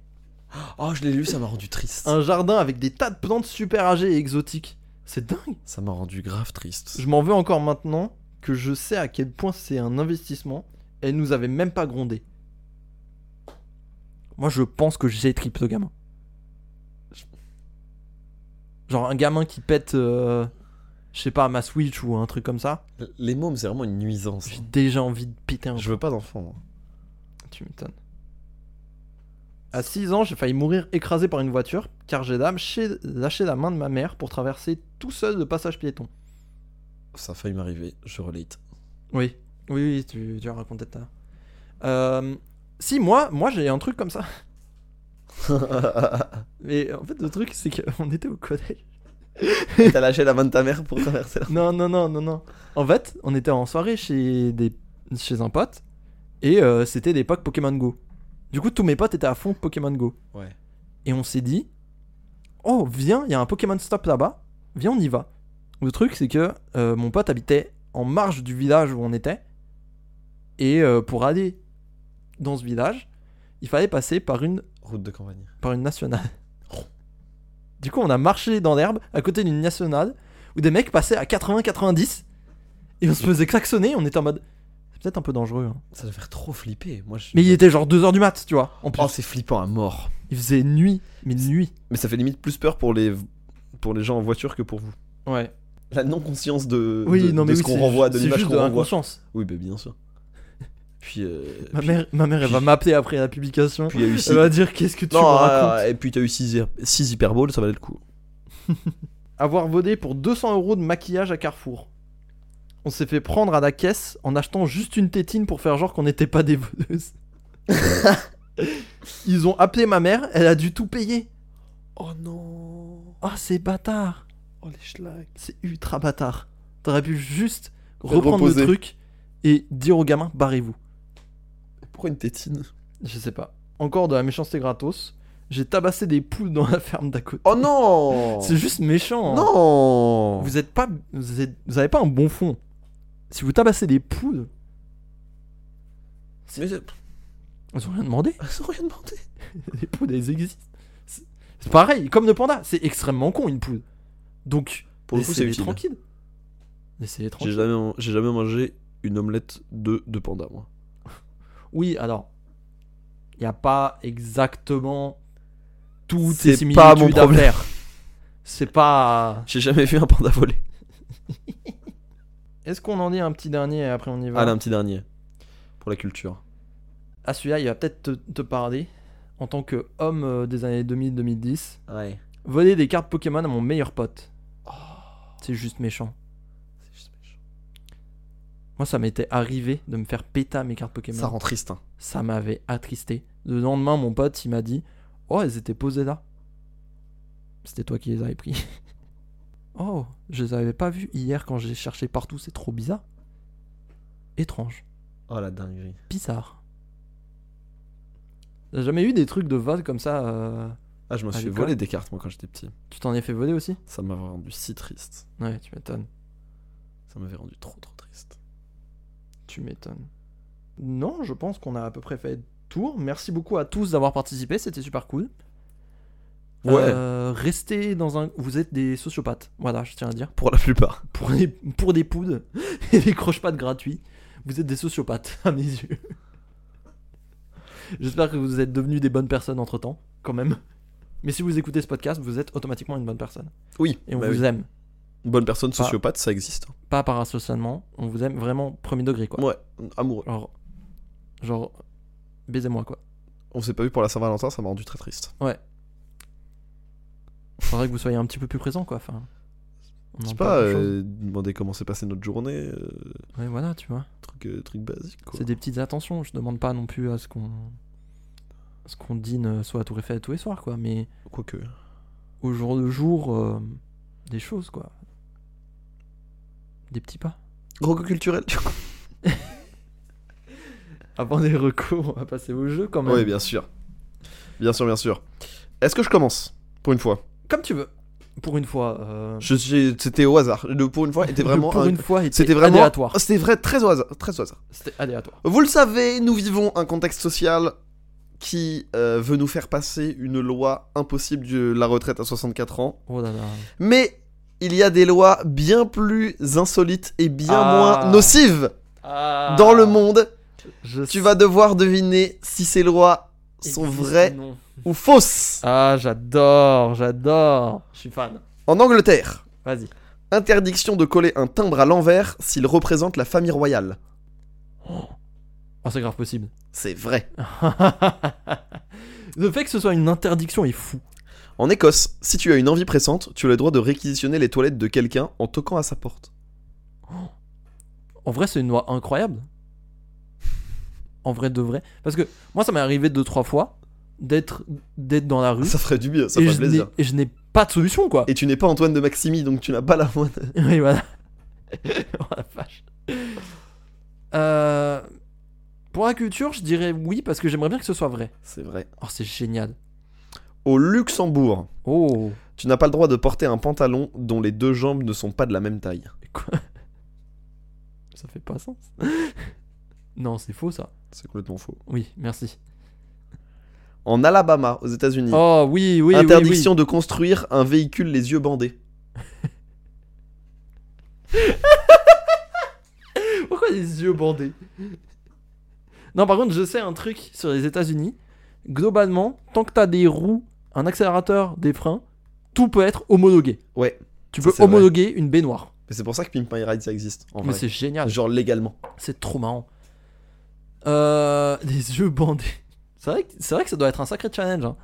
Oh, je l'ai lu, ça m'a rendu triste. Un jardin avec des tas de plantes super âgées et exotiques. C'est dingue. Ça m'a rendu grave triste. Je m'en veux encore maintenant que je sais à quel point c'est un investissement. Et elle nous avait même pas grondé. Moi, je pense que j'ai triplé gamin. Genre un gamin qui pète, euh, je sais pas, ma Switch ou un truc comme ça. Les mômes, c'est vraiment une nuisance. J'ai déjà envie de péter un. Je veux pas hein. d'enfant, moi. Tu m'étonnes. À 6 ans, j'ai failli mourir écrasé par une voiture car j'ai lâché, lâché la main de ma mère pour traverser tout seul le passage piéton. Ça a failli m'arriver, je relate. Oui, oui, oui, tu, tu as raconté de ta. Euh, si, moi, moi j'ai un truc comme ça. T'as Mais en fait, le truc, c'est qu'on était au collège. lâché la main de ta mère pour traverser la... Non, non, non, non, non. En fait, on était en soirée chez, des... chez un pote et euh, c'était l'époque Pokémon Go. Du coup, tous mes potes étaient à fond Pokémon Go. Ouais. Et on s'est dit, oh, viens, il y a un Pokémon Stop là-bas, viens, on y va. Le truc, c'est que euh, mon pote habitait en marge du village où on était. Et euh, pour aller dans ce village, il fallait passer par une, Route de campagne. par une nationale. Du coup, on a marché dans l'herbe à côté d'une nationale où des mecs passaient à 80-90 et on se faisait klaxonner. On était en mode, c'est peut-être un peu dangereux. hein. Ça doit faire trop flipper. Moi, je... Mais il était genre 2h du mat, tu vois. En plus, Oh, c'est flippant à mort. il faisait nuit, mais nuit. Mais ça fait limite plus peur pour les, pour les gens en voiture que pour vous. Ouais. La non-conscience de, Oui, de- non, de mais ce oui, qu'on c'est renvoie, ju- de c'est l'image juste qu'on de renvoie. l'inconscience. Oui, bah, bien sûr. Puis, euh, Ma puis- mère, ma mère, elle va puis- m'appeler après la publication. puis il y a eu six- Elle va dire qu'est-ce que tu Non, me ah, racontes. et puis t'as eu 6 hyperboles, ça valait le coup. Avoir volé pour 200 euros de maquillage à Carrefour. On s'est fait prendre à la caisse en achetant juste une tétine pour faire genre qu'on n'était pas des voleuses. Ils ont appelé ma mère, elle a dû tout payer. Oh non Oh, c'est bâtard. Oh les schlags C'est ultra bâtard. T'aurais pu juste Te reprendre reposer. le truc et dire aux gamins, barrez-vous. Pourquoi une tétine Je sais pas. Encore de la méchanceté gratos. J'ai tabassé des poules dans la ferme d'à côté. Oh non C'est juste méchant. hein. Non Vous êtes pas, vous, êtes- vous avez pas un bon fond. Si vous tabassez des poules, Mais c'est- elles ont rien demandé. Elles ont rien demandé Les poules, elles existent. C'est c'est pareil, comme le panda, c'est extrêmement con une poule. Donc, Pour le coup, c'est laissez-les utile. tranquille. Laissez-les J'ai tranquille. jamais, j'ai jamais mangé une omelette de, de panda, moi. Oui, alors, il n'y a pas exactement toutes C'est les pas mon similitudes à problème. faire. C'est pas. J'ai jamais vu un panda voler. Est-ce qu'on en dit un petit dernier et après on y va Allez, un petit dernier. Pour la culture. Ah, celui-là, il va peut-être te, te parler. En tant que homme euh, des années 2000-2010, Ouais. voler des cartes Pokémon à mon meilleur pote. C'est juste méchant. Oh. C'est juste méchant. Moi, ça m'était arrivé de me faire péter mes cartes Pokémon. Ça rend triste, hein. Ça m'avait attristé. Le lendemain, mon pote, il m'a dit Oh, elles étaient posées là. C'était toi qui les avais pris. oh, je les avais pas vues hier quand j'ai cherché partout, c'est trop bizarre. Étrange. Oh la dinguerie. Bizarre. T'as jamais eu des trucs de vote comme ça euh, Ah, je me À suis l'école. volé des cartes, moi, quand j'étais petit. Tu t'en es fait voler aussi Ça m'avait rendu si triste. Ouais, tu m'étonnes. Ça m'avait rendu trop, trop triste. Tu m'étonnes. Non, je pense qu'on a à peu près fait le tour. Merci beaucoup à tous d'avoir participé, c'était super cool. Euh, restez dans un. Vous êtes des sociopathes, voilà, je tiens à dire. Pour la plupart. Pour des, pour des poudres et des croche-pattes gratuits, vous êtes des sociopathes, à mes yeux. J'espère que vous êtes devenus des bonnes personnes entre temps, quand même. Mais si vous écoutez ce podcast, vous êtes automatiquement une bonne personne. Oui. Et on bah vous oui. Ah. aime. Une Bonne personne, Pas- sociopathe, ça existe. hein. Pas par associalement, on vous aime vraiment premier degré, quoi. Ouais, amoureux. Genre. Genre. Baisez-moi, quoi. On s'est pas vu pour la Saint-Valentin, ça m'a rendu très triste. Faudrait que vous soyez un petit peu plus présent, quoi. Enfin. on Je en sais pas, parle de choses. euh, demander comment s'est passée notre journée, euh, Ouais, voilà, tu vois. truc, euh, truc basique quoi. C'est des petites attentions. Je demande pas non plus à ce qu'on à ce qu'on dîne euh, soit à Tour Eiffel tous les soirs, quoi. Mais Quoique. au jour le jour, euh, des choses, quoi. Des petits pas. Roco culturel, du coup. Avant des recours, on va passer au jeu quand même. Oui, bien sûr. Bien sûr, bien sûr. Est-ce que je commence Pour une fois. Comme tu veux. Pour une fois. euh, Je- j'ai- C'était au hasard. Le pour une fois était vraiment. pour un- une fois, C'était vraiment. aléatoire. C'était vrai, très au hasard. Très au hasard. C'était aléatoire. Vous le savez, nous vivons un contexte social qui euh, veut nous faire passer une loi impossible de la retraite à 64 ans. Oh là là. Mais il y a des lois bien plus insolites et bien Ah. moins nocives dans le monde. Je Tu sais vas devoir deviner si ces lois sont existe vraies non. ou fausses. Ah, j'adore, j'adore. Je suis fan. En Angleterre, Vas-y. interdiction de coller un timbre à l'envers s'il représente la famille royale. Oh, c'est grave possible. C'est vrai. le fait que ce soit une interdiction est fou. En Écosse, si tu as une envie pressante, tu as le droit de réquisitionner les toilettes de quelqu'un en toquant à sa porte. En vrai, c'est une loi incroyable. En vrai de vrai. Parce que moi, ça m'est arrivé deux, trois fois d'être d'être dans la rue. Ça ferait du mieux, ça et, ferait Hmm je n'ai, plaisir. et je n'ai pas de solution, quoi. Et tu n'es pas Antoine de Maximi, donc tu n'as pas la moindre. Oui, voilà. oh la vache. Euh, pour la culture, je dirais oui, parce que j'aimerais bien que ce soit vrai. C'est vrai. Oh, c'est génial. Au Luxembourg, Oh. tu n'as pas le droit de porter un pantalon dont les deux jambes ne sont pas de la même taille. Quoi Ça fait pas sens. non, c'est faux ça. C'est complètement faux. Oui, merci. En Alabama, aux États-Unis, Oh oui, oui, oui, interdiction de construire un véhicule les yeux bandés. oui. Pourquoi les yeux bandés Non, par contre, je sais un truc sur les États-Unis. Globalement, tant que t'as des roues, un accélérateur, des freins, tout peut être homologué. Ouais. Tu Ça, peux c'est vrai. homologuer une baignoire. Mais c'est pour ça que Pimp My Ride ça existe. En Mais vrai. c'est génial. Genre légalement. C'est trop marrant. Euh, les yeux bandés. C'est vrai, que, c'est vrai que ça doit être un sacré challenge. hein.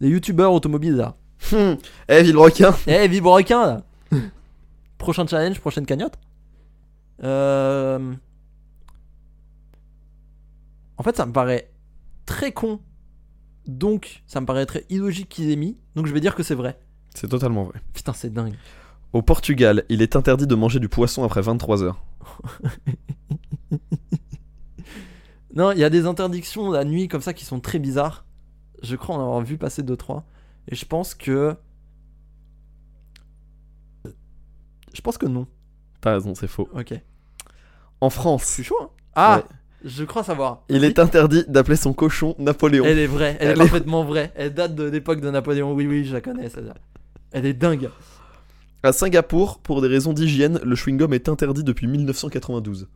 Les youtubeurs automobiles là. Hum. Eh, Villebrequin Eh, vibre requin là Prochain challenge, prochaine cagnotte Euh, En fait, ça me paraît très con. Donc, ça me paraît très illogique qu'ils aient mis. Donc, je vais dire que c'est vrai. C'est totalement vrai. Putain, c'est dingue. Au Portugal, il est interdit de manger du poisson après 23 heures. Non, il y a des interdictions la nuit comme ça qui sont très bizarres. Je crois en avoir vu passer 2-3. Et je pense que. Je pense que non. T'as raison, c'est faux. Ok. En Je France, suis chaud, hein. Ah Ouais. Je crois savoir. il est interdit d'appeler son cochon Napoléon. Elle est vraie, elle, Elle est est- parfaitement vraie. Elle date de l'époque de Napoléon. Oui, oui, je la connais, celle-là. Elle est dingue. À Singapour, pour des raisons d'hygiène, le chewing-gum est interdit depuis 1992.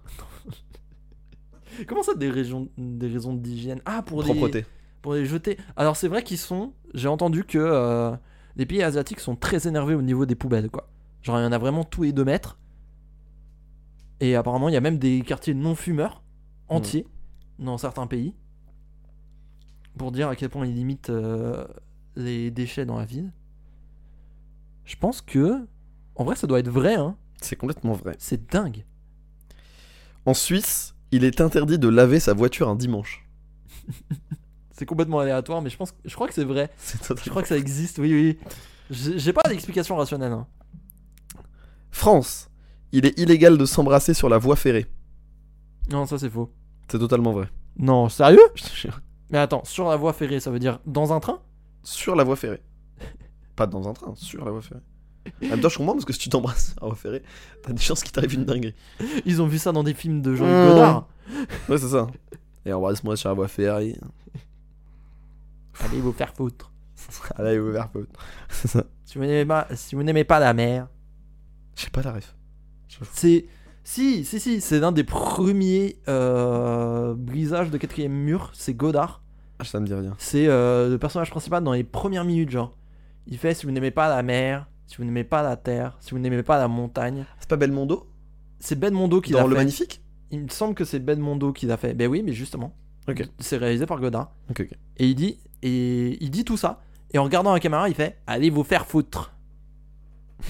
Comment ça, des, régions, des raisons d'hygiène Ah, pour les, Propreté. pour les jeter. Alors, c'est vrai qu'ils sont. J'ai entendu que euh, les pays asiatiques sont très énervés au niveau des poubelles, quoi. Genre, il y en a vraiment tous les deux mètres. Et apparemment, il y a même des quartiers non-fumeurs entiers dans certains pays. Pour dire à quel point ils limitent euh, les déchets dans la ville. Je pense que. En vrai, ça doit être vrai, hein. C'est complètement vrai. C'est dingue. En Suisse, il est interdit de laver sa voiture un dimanche. C'est complètement aléatoire, mais je pense, je crois que c'est vrai. C'est Je totalement... crois que ça existe. Oui, oui. J'ai j'ai pas d'explication rationnelle. hein. France, il est illégal de s'embrasser sur la voie ferrée. Non, ça c'est faux. C'est totalement vrai. Non, sérieux Je te jure. Mais attends, sur la voie ferrée, ça veut dire dans un train Sur la voie ferrée. Pas dans un train, sur la voie ferrée. En même temps, je comprends parce que si tu t'embrasses à la voie ferrée, t'as des chances qu'il t'arrive une dinguerie. Ils ont vu ça dans des films de Jean-Luc Mmh. Godard. Ouais, c'est ça. Et embrasse-moi sur la voie ferrée. Allez vous faire foutre. Ah là, il est ouvert peu. C'est ça. Si vous n'aimez pas, si vous n'aimez pas la mer, Je sais pas la ref. J'avoue. c'est. Si, si, si, c'est l'un des premiers euh, brisages de quatrième mur, c'est Godard. Ah, Ça me dit rien. C'est euh, le personnage principal dans les premières minutes, genre. Il fait si vous n'aimez pas la mer, si vous n'aimez pas la terre, si vous n'aimez pas la montagne. C'est pas Belmondo C'est Belmondo qui Dans l'a Le fait. Magnifique Il me semble que c'est Belmondo qui l'a fait. Ben oui, mais justement. Ok. C'est réalisé par Godard. Ok, ok. Et il dit, et il dit tout ça. Et en regardant la caméra, il fait Allez vous faire foutre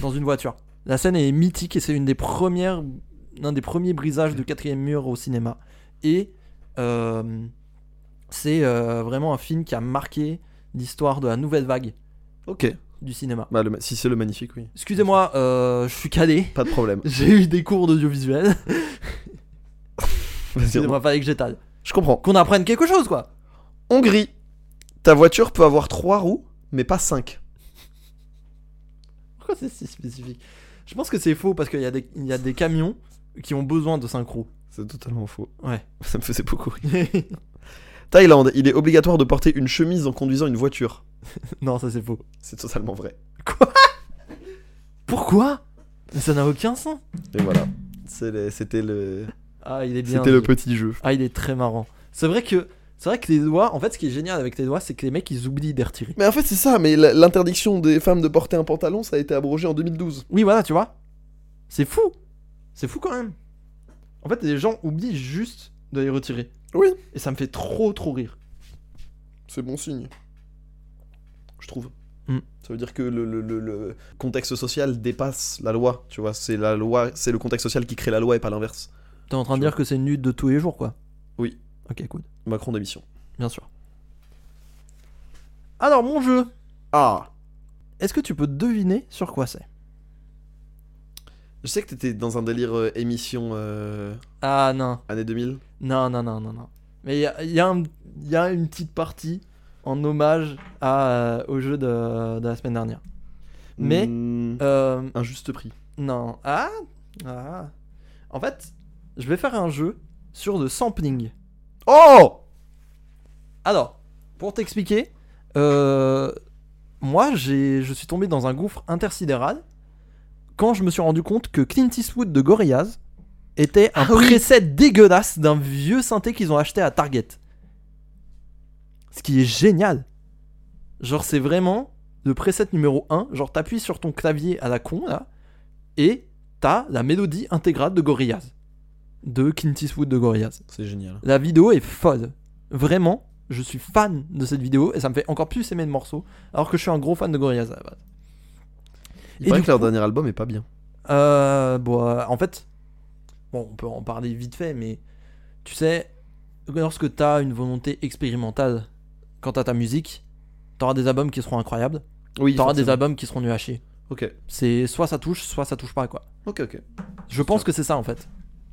dans une voiture. La scène est mythique et c'est une des premières, l'un des premiers brisages de quatrième mur au cinéma. Et euh, c'est euh, vraiment un film qui a marqué l'histoire de la nouvelle vague Ok. du cinéma. Bah, le ma- Si c'est Le Magnifique, oui. Excusez-moi, euh, je suis calé. Pas de problème. J'ai eu des cours d'audiovisuel. Vas-y, on- Excusez-moi, fallait que j'étale. Je comprends. Qu'on apprenne quelque chose, quoi. Hongrie. Ta voiture peut avoir trois roues, mais pas cinq. Pourquoi c'est si spécifique Je pense que c'est faux parce qu'il y, a des- il y a des camions qui ont besoin de synchro. C'est totalement faux. Ouais. Ça me faisait beaucoup rire. Thaïlande, il est obligatoire de porter une chemise en conduisant une voiture. non, ça c'est faux. C'est totalement vrai. Pourquoi Mais ça n'a aucun sens. Et voilà. C'est les- C'était le, Ah, il est bien. c'était le lui. petit jeu. Ah, il est très marrant. C'est vrai que c'est vrai que les doigts, en fait, ce qui est génial avec les doigts, c'est que les mecs ils oublient de les retirer. Mais en fait, c'est ça. Mais la- l'interdiction des femmes de porter un pantalon, ça a été abrogé en 2012. Oui, voilà, tu vois. C'est fou. C'est fou quand même. En fait, les gens oublient juste de les retirer. Oui. Et ça me fait trop trop rire. C'est bon signe. Je trouve. Mm. Ça veut dire que le, le- le- le contexte social dépasse la loi, tu vois. C'est la loi, c'est le contexte social qui crée la loi et pas l'inverse. T'es en train de Je- dire que c'est une lutte de tous les jours, quoi. Oui. Ok, cool. Macron démission. Bien sûr. Alors, mon jeu. Ah Est-ce que tu peux deviner sur quoi c'est Je sais que t'étais dans un délire euh, émission euh, Ah non. année 2000. Non, non, non, non, non. Mais il y a, il y a un- il y a une petite partie en hommage à, euh, au jeu de, de la semaine dernière. Mais- Mm, Euh, Un juste prix. non. Ah, ah. En fait, je vais faire un jeu sur le sampling. Oh Alors, pour t'expliquer, euh, moi, j'ai- je suis tombé dans un gouffre intersidéral quand je me suis rendu compte que Clint Eastwood de Gorillaz était un Ah oui. preset dégueulasse d'un vieux synthé qu'ils ont acheté à Target. Ce qui est génial. Genre, c'est vraiment le preset numéro 1. Genre, t'appuies sur ton clavier à la con, là, et t'as la mélodie intégrale de Gorillaz. De Clint Eastwood de Gorillaz. C'est génial. La vidéo est folle. Vraiment, je suis fan de cette vidéo et ça me fait encore plus aimer le morceau, alors que je suis un gros fan de Gorillaz à la base. Il Et paraît du que leur coup- dernier album est pas bien. Euh, bon, euh, en fait, bon, on peut en parler vite fait, mais tu sais, lorsque t'as une volonté expérimentale quant à ta musique, t'auras des albums qui seront incroyables, Oui, t'auras des albums qui seront nuls à chier. Ok, C'est soit ça touche, soit ça touche pas, quoi. ok, ok. Je pense que c'est ça en fait.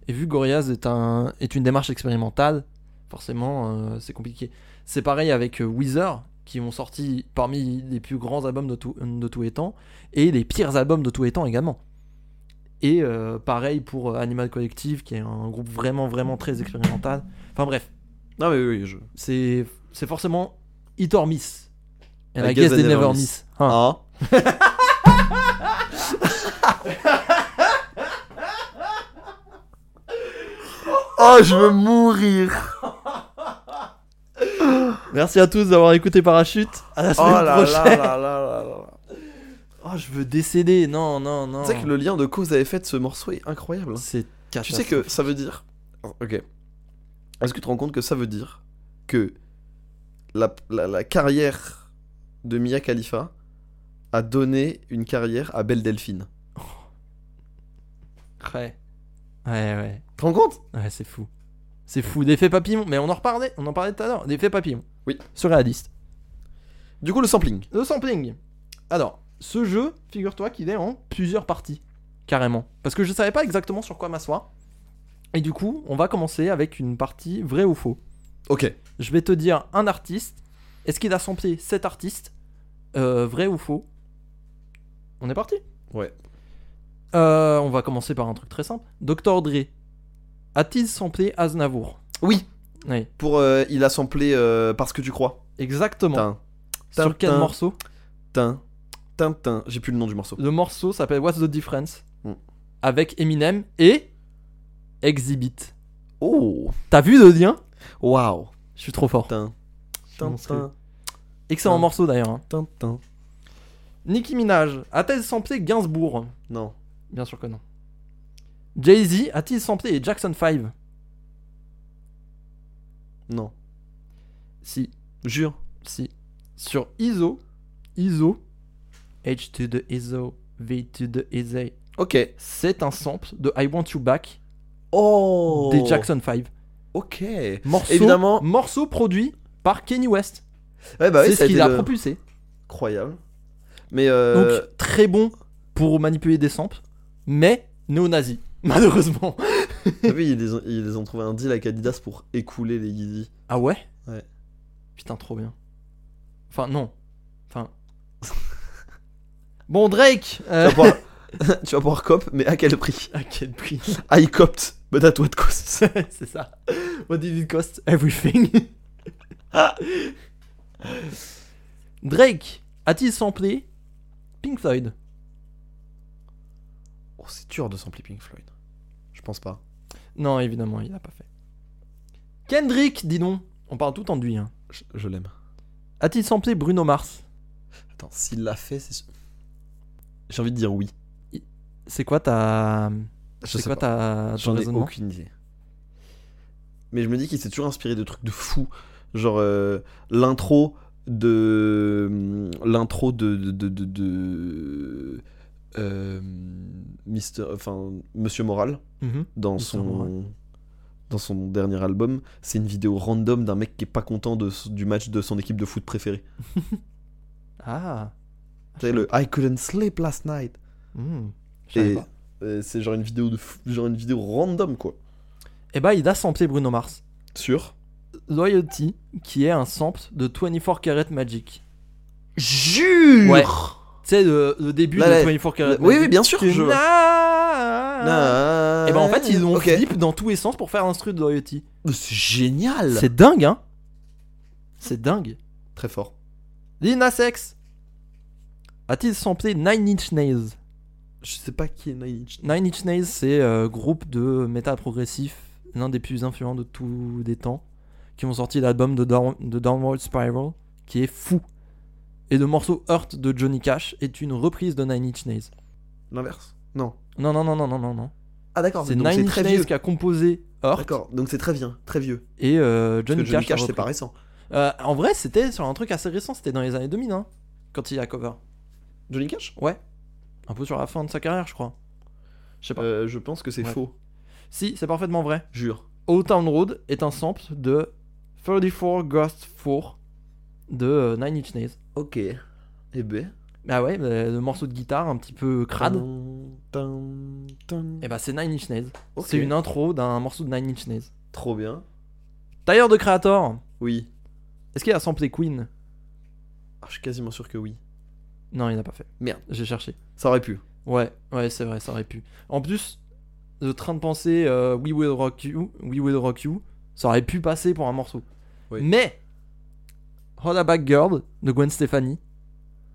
Et vu que Gorillaz est, un, est une démarche expérimentale, forcément euh, c'est compliqué. C'est pareil avec euh, Weezer, qui ont sorti parmi les plus grands albums de, tout, de tous les temps, et les pires albums de tous les temps également. Et euh, pareil pour euh, Animal Collective, qui est un groupe vraiment vraiment très expérimental. Enfin bref, Non, mais oui, oui, je. c'est c'est forcément hit or miss. Et I la guess guess they never miss. Hein. Ah Oh, je veux mourir Ah. Merci à tous d'avoir écouté Parachute. À la Oh semaine là là prochaine. là là là là Oh, je veux décéder. Non, non, non. Tu sais que le lien de cause à effet de ce morceau est incroyable. Ah, C'est Tu sais que ça veut dire. oh, Ok. Est-ce que tu te rends compte que ça veut dire que la, la- la carrière de Mia Khalifa a donné une carrière à Belle Delphine Ouais. Ouais, ouais. Tu te rends compte Ouais, c'est fou. C'est fou. L'effet papillon. Mais on en reparlait. On en parlait tout à l'heure. L'effet papillon. Oui. Surréaliste. Du coup, le sampling. Le sampling. Alors, ce jeu, figure-toi qu'il est en plusieurs parties. Carrément. Parce que je savais pas exactement sur quoi m'asseoir. Et du coup, on va commencer avec une partie vrai ou faux. Ok. Je vais te dire un artiste. Est-ce qu'il a samplé cet artiste Euh, Vrai ou faux On est parti Ouais. Euh, on va commencer par un truc très simple. Dr Dre a-t-il samplé Aznavour Oui, Oui, pour euh, il a samplé euh, parce que tu crois. exactement. Tin, Sur quel Tintin. morceau tin, tin, tin. J'ai plus le nom du morceau. Le morceau s'appelle What's the Difference Mm. avec Eminem et Exhibit. Oh, T'as vu le lien waouh. Je suis trop fort. Tin, tin, tin, Excellent Tin. morceau d'ailleurs. hein. tin, tin. Nicki Minaj a-t-elle samplé Gainsbourg Non, Bien sûr que non. Jay-Z a-t-il samplé Jackson 5 non. Si, Jure. si. Sur ISO, ISO, H to the ISO, V to the ISO, Ok. c'est un sample de I Want You Back Oh. des Jackson 5. Ok. Eh Morceau, Évidemment. morceau produit par Kenny West. Ouais, bah oui, c'est ça ce a qu'il été a le- propulsé. Incroyable. Mais euh, Donc très bon pour manipuler des samples, mais néo-nazi, malheureusement. t'as vu, ils les, ont, ils les ont trouvé un deal avec Adidas pour écouler les Yeezy. Ah ouais Ouais. Putain, trop bien. Enfin, non. Enfin. bon, Drake Tu euh, vas pouvoir, tu vas pouvoir cop, mais à quel prix À quel prix I copped, but at what cost C'est ça. What did it cost Everything. Drake a-t-il samplé Pink Floyd Oh, c'est dur de sampler Pink Floyd. Je pense pas. Non, évidemment, il l'a pas fait. Kendrick, dis donc. On parle tout en lui, hein. Je, je l'aime. A-t-il samplé Bruno Mars Attends, s'il l'a fait, c'est. sûr- J'ai envie de dire oui. C'est quoi ta. Je C'est sais quoi pas. ta. ton J'en ai raisonnement aucune idée. Mais je me dis qu'il s'est toujours inspiré de trucs de fou. Genre euh, l'intro de. euh, L'intro de. de. de. de. de- euh, Mister, enfin, Monsieur Moral Mhm. dans Mister son Moral. dans son dernier album, c'est une vidéo random d'un mec qui est pas content de, du match de son équipe de foot préférée. Ah. Tu sais, le I couldn't sleep last night. Hmm. Je savais Et pas. euh, c'est genre une vidéo de fou- genre une vidéo random quoi. Eh bah, il a samplé Bruno Mars. Sûr. Loyalty, qui est un sample de 24 Karat Magic. Jure. Ouais. Tu sais, le, le début Là, là, de 24 Karat Magic. Oui oui bien sûr. qui est je- Na- Na- Et bah, en fait, ils ont Ah. Ok. flip dans tous les sens pour faire l'instru de Loyalty. C'est génial. C'est dingue, hein C'est dingue. très fort. Lil Nas X a-t-il samplé Nine Inch Nails Je sais pas qui est Nine Inch. Nine Inch Nails, c'est euh, groupe de métal progressif, l'un des plus influents de tous des temps, qui ont sorti l'album de, Down- de Downward Spiral, qui est fou. Et le morceau Hurt de Johnny Cash est une reprise de Nine Inch Nails. L'inverse. Non. Non, non, non, non, non, non, non. Ah d'accord. C'est donc Nine c'est Inch très Nails vieux. qui a composé Hurt D'accord. Donc c'est très vieux, très vieux. et euh, Parce Johnny, que Johnny Cash l'a c'est repris. pas récent. Euh, en vrai, c'était sur un truc assez récent, c'était dans les années 2000, hein, quand il a cover. Johnny Cash Ouais. Un peu sur la fin de sa carrière, je crois. Je sais pas. Euh, Je pense que c'est Ouais. faux. Si, c'est parfaitement vrai. Jure. Old Town Road est un sample de 34 Ghost 4 de euh, Nine Inch Nails. Ok. Eh ben. Et B. Bah ouais, bah, le morceau de guitare un petit peu crade, Ah et bah c'est Nine Inch Nails. C'est une intro d'un morceau de Nine Inch Nails. Trop bien. Tailleur de Creator, Oui. est-ce qu'il a samplé Queen Ah, je suis quasiment sûr que oui. Non, il n'a pas fait. Merde. J'ai cherché. Ça aurait pu. Ouais, ouais, c'est vrai, ça aurait pu. En plus, le train de penser euh, We Will Rock You, We Will Rock You, ça aurait pu passer pour un morceau. Oui. Mais Hold Back Girl de Gwen Stefani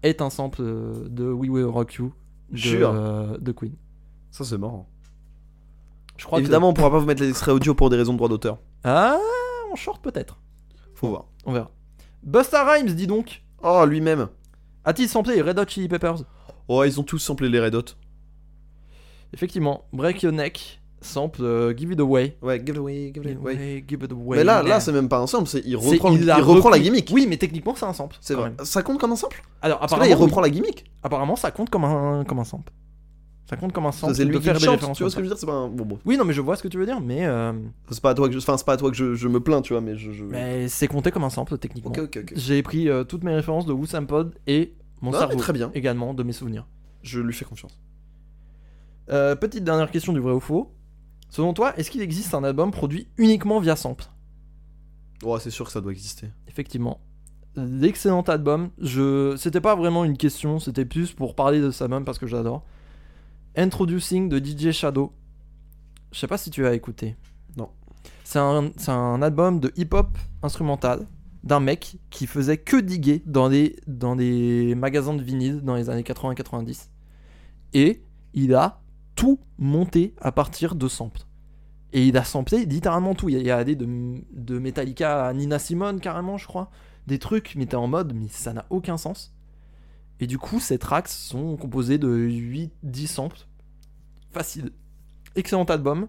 est un sample euh, de We Will Rock You de, Jure. euh, de Queen. Ça c'est marrant. Je crois que- Évidemment, on pourra pas vous mettre les extraits audio pour des raisons de droit d'auteur. Ah, on short peut-être. Faut voir. On verra. Busta Rhymes, dis donc, Oh, lui-même. a-t-il samplé les Red Hot Chili Peppers Oh, ils ont tous samplé les Red Hot. Effectivement, Break Your Neck sample euh, Give It Away. Ouais, give it away, give it Give it away. away, give it away. Mais là, now. là, c'est même pas un sample, c'est il C'est- reprend, il a reprend la repris- gimmick. Oui, mais techniquement, c'est un sample. c'est quand vrai. même. Ça compte comme un sample Alors, Parce que apparemment, là, il oui. reprend la gimmick. apparemment, ça compte comme un, comme un sample. Ça compte comme un Ça, sample. C'est de lui qui faire le des chante. références Tu vois ce que comme ça. je veux dire C'est pas un. Bon, bon. Oui, non, mais je vois ce que tu veux dire, mais, euh, C'est pas à toi que je, enfin, c'est pas à toi que je, je me plains, tu vois, mais je. je- mais c'est compté comme un sample techniquement. Ok, ok, ok. J'ai pris euh, toutes mes références de Wusam Pod et mon Non, mais cerveau très bien. également de mes souvenirs. Je lui fais confiance. Euh, petite dernière question du vrai ou faux. Selon toi, est-ce qu'il existe un album produit uniquement via sample Ouais, c'est sûr que ça doit exister. Effectivement. D'excellent album. Je... C'était pas vraiment une question, c'était plus pour parler de ça même parce que j'adore. Introducing de DJ Shadow. Je sais pas si tu as écouté. Non. C'est un, c'est un album de hip-hop instrumental d'un mec qui faisait que diguer dans des, dans des magasins de vinyle dans les années 80-90. Et il a tout monté à partir de samples. Et il a samplé littéralement tout. Il y a, il y a des de, de Metallica à Nina Simone, carrément, je crois. Des trucs, mais t'es en mode, mais ça n'a aucun sens. Et du coup, ces tracks sont composés de 8-10 samples. Facile. Excellent album.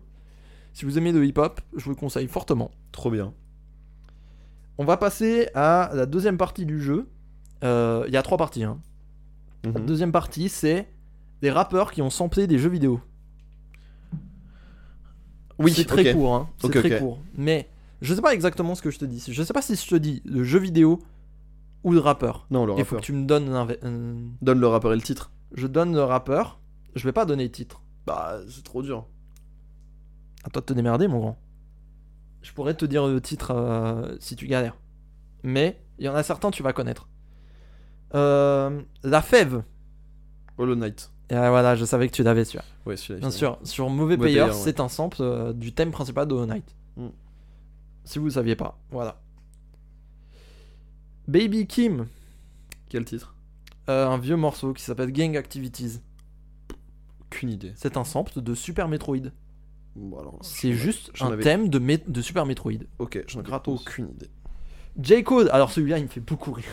Si vous aimez le hip-hop, je vous le conseille fortement. Trop bien. On va passer à la deuxième partie du jeu. Euh, Il y a trois parties. hein. La Mhm. deuxième partie, c'est des rappeurs qui ont samplé des jeux vidéo. Oui, c'est très ok. court. hein. C'est Ok, très ok. court. Mais je sais pas exactement ce que je te dis. Je sais pas si je te dis de jeux vidéo ou de rappeur. Non, le Il faut rappeur. que tu me donnes. l'inve- euh, Donne le rappeur et le titre. Je donne le rappeur. Je vais pas donner le titre. Bah, c'est trop dur. À toi de te démerder, mon grand. Je pourrais te dire le titre euh, si tu galères. Mais il y en a certains tu vas connaître. Euh, la fève. Hollow Knight. Et euh, voilà, je savais que tu l'avais celui Ouais, celui-là. Bien évidemment. sûr, sur Mauvais Mauvais Payeur, Payeur, ouais. c'est un sample euh, du thème principal de Hollow Knight. Mm. Si vous ne saviez pas, voilà. Baby Kim, Quel titre euh, un vieux morceau qui s'appelle Gang Activities. Aucune idée. C'est un sample de Super Metroid. Bon, alors, C'est j'en ai- juste j'en un avais- thème de, mé- de Super Metroid. Ok, j'en ai Gratos. aucune idée. J. Code, alors celui-là, il me fait beaucoup rire.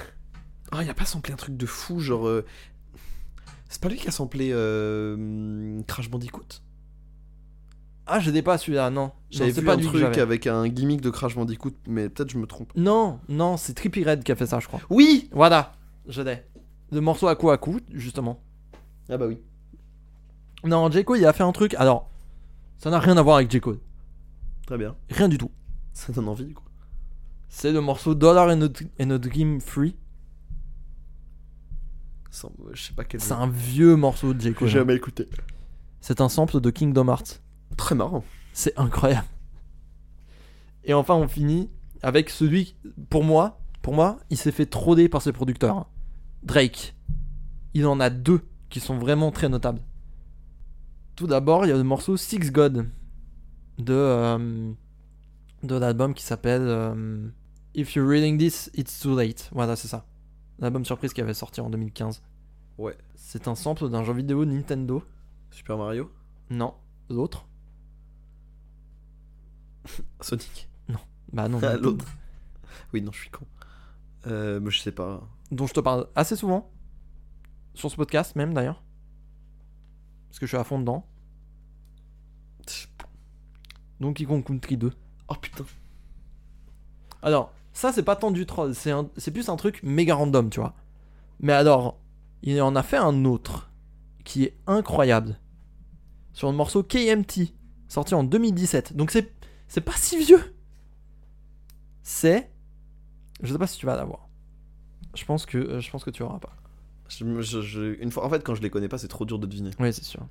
Ah, il a pas samplé un truc de fou, genre. euh, C'est pas lui qui a samplé euh, hum, Crash Bandicoot Ah, je n'ai pas celui-là, non. Non, J'avais c'est vu pas un lui que truc j'avais. avec un gimmick de Crash Bandicoot, mais peut-être je me trompe. Non, non, c'est Trippy Red qui a fait ça, je crois. Oui Voilà, je l'ai. Le morceau à coup à coup, justement. Ah bah oui. Non, Jeko, il a fait un truc. Alors, ça n'a rien à voir avec Jeko. Très bien. Rien du tout. Ça donne envie, quoi. C'est le morceau Dollar and a, and a Dream Free. Sans- euh, Je sais pas quel. C'est un hein. vieux morceau de que Jeko. j'ai jamais écouté. C'est un sample de Kingdom Hearts. Très marrant. C'est incroyable. Et enfin, on finit avec celui, pour moi, pour moi, il s'est fait troder par ses producteurs. Drake. Il en a deux qui sont vraiment très notables. Tout d'abord, il y a le morceau Six God de, euh, de l'album qui s'appelle euh, If You're Reading This, It's Too Late. Voilà, c'est ça. L'album surprise qui avait sorti en 2015. Ouais. C'est un sample d'un jeu vidéo Nintendo. Super Mario Non, l'autre. Sonic Bah non. Ah, Nintendo. L'autre Oui, non, je suis con. Euh, mais je sais pas. dont je te parle assez souvent. Sur ce podcast, même d'ailleurs. Parce que je suis à fond dedans. Donkey Kong Country 2. Oh putain. Alors, ça, c'est pas tant du troll. C'est un- c'est plus un truc méga random, tu vois. Mais alors, il en a fait un autre. Qui est incroyable. Sur le morceau KMT. Sorti en 2017. Donc c'est. C'est pas si vieux. C'est. Je sais pas si tu vas l'avoir. Je pense que, euh, je pense que tu auras pas. Je- je- je- une fois, en fait, quand je les connais pas, c'est trop dur de deviner. Oui, c'est sûr.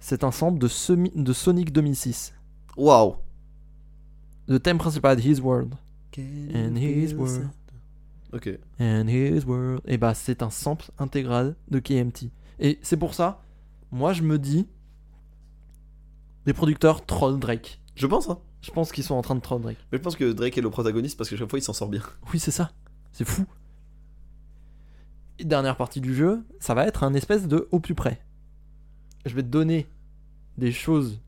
C'est un sample de, semi- de Sonic 2006. Waouh Le thème principal de His World. And his world. Ok. And His World. Et bah, c'est un sample intégral de KMT. Et c'est pour ça, moi, je me dis. Les producteurs troll Drake. Je pense, hein. Je pense qu'ils sont en train de troll Drake. Mais je pense que Drake est le protagoniste parce que chaque fois il s'en sort bien. Oui, c'est ça. C'est fou. Et dernière partie du jeu, ça va être un espèce de au plus près. Je vais te donner des choses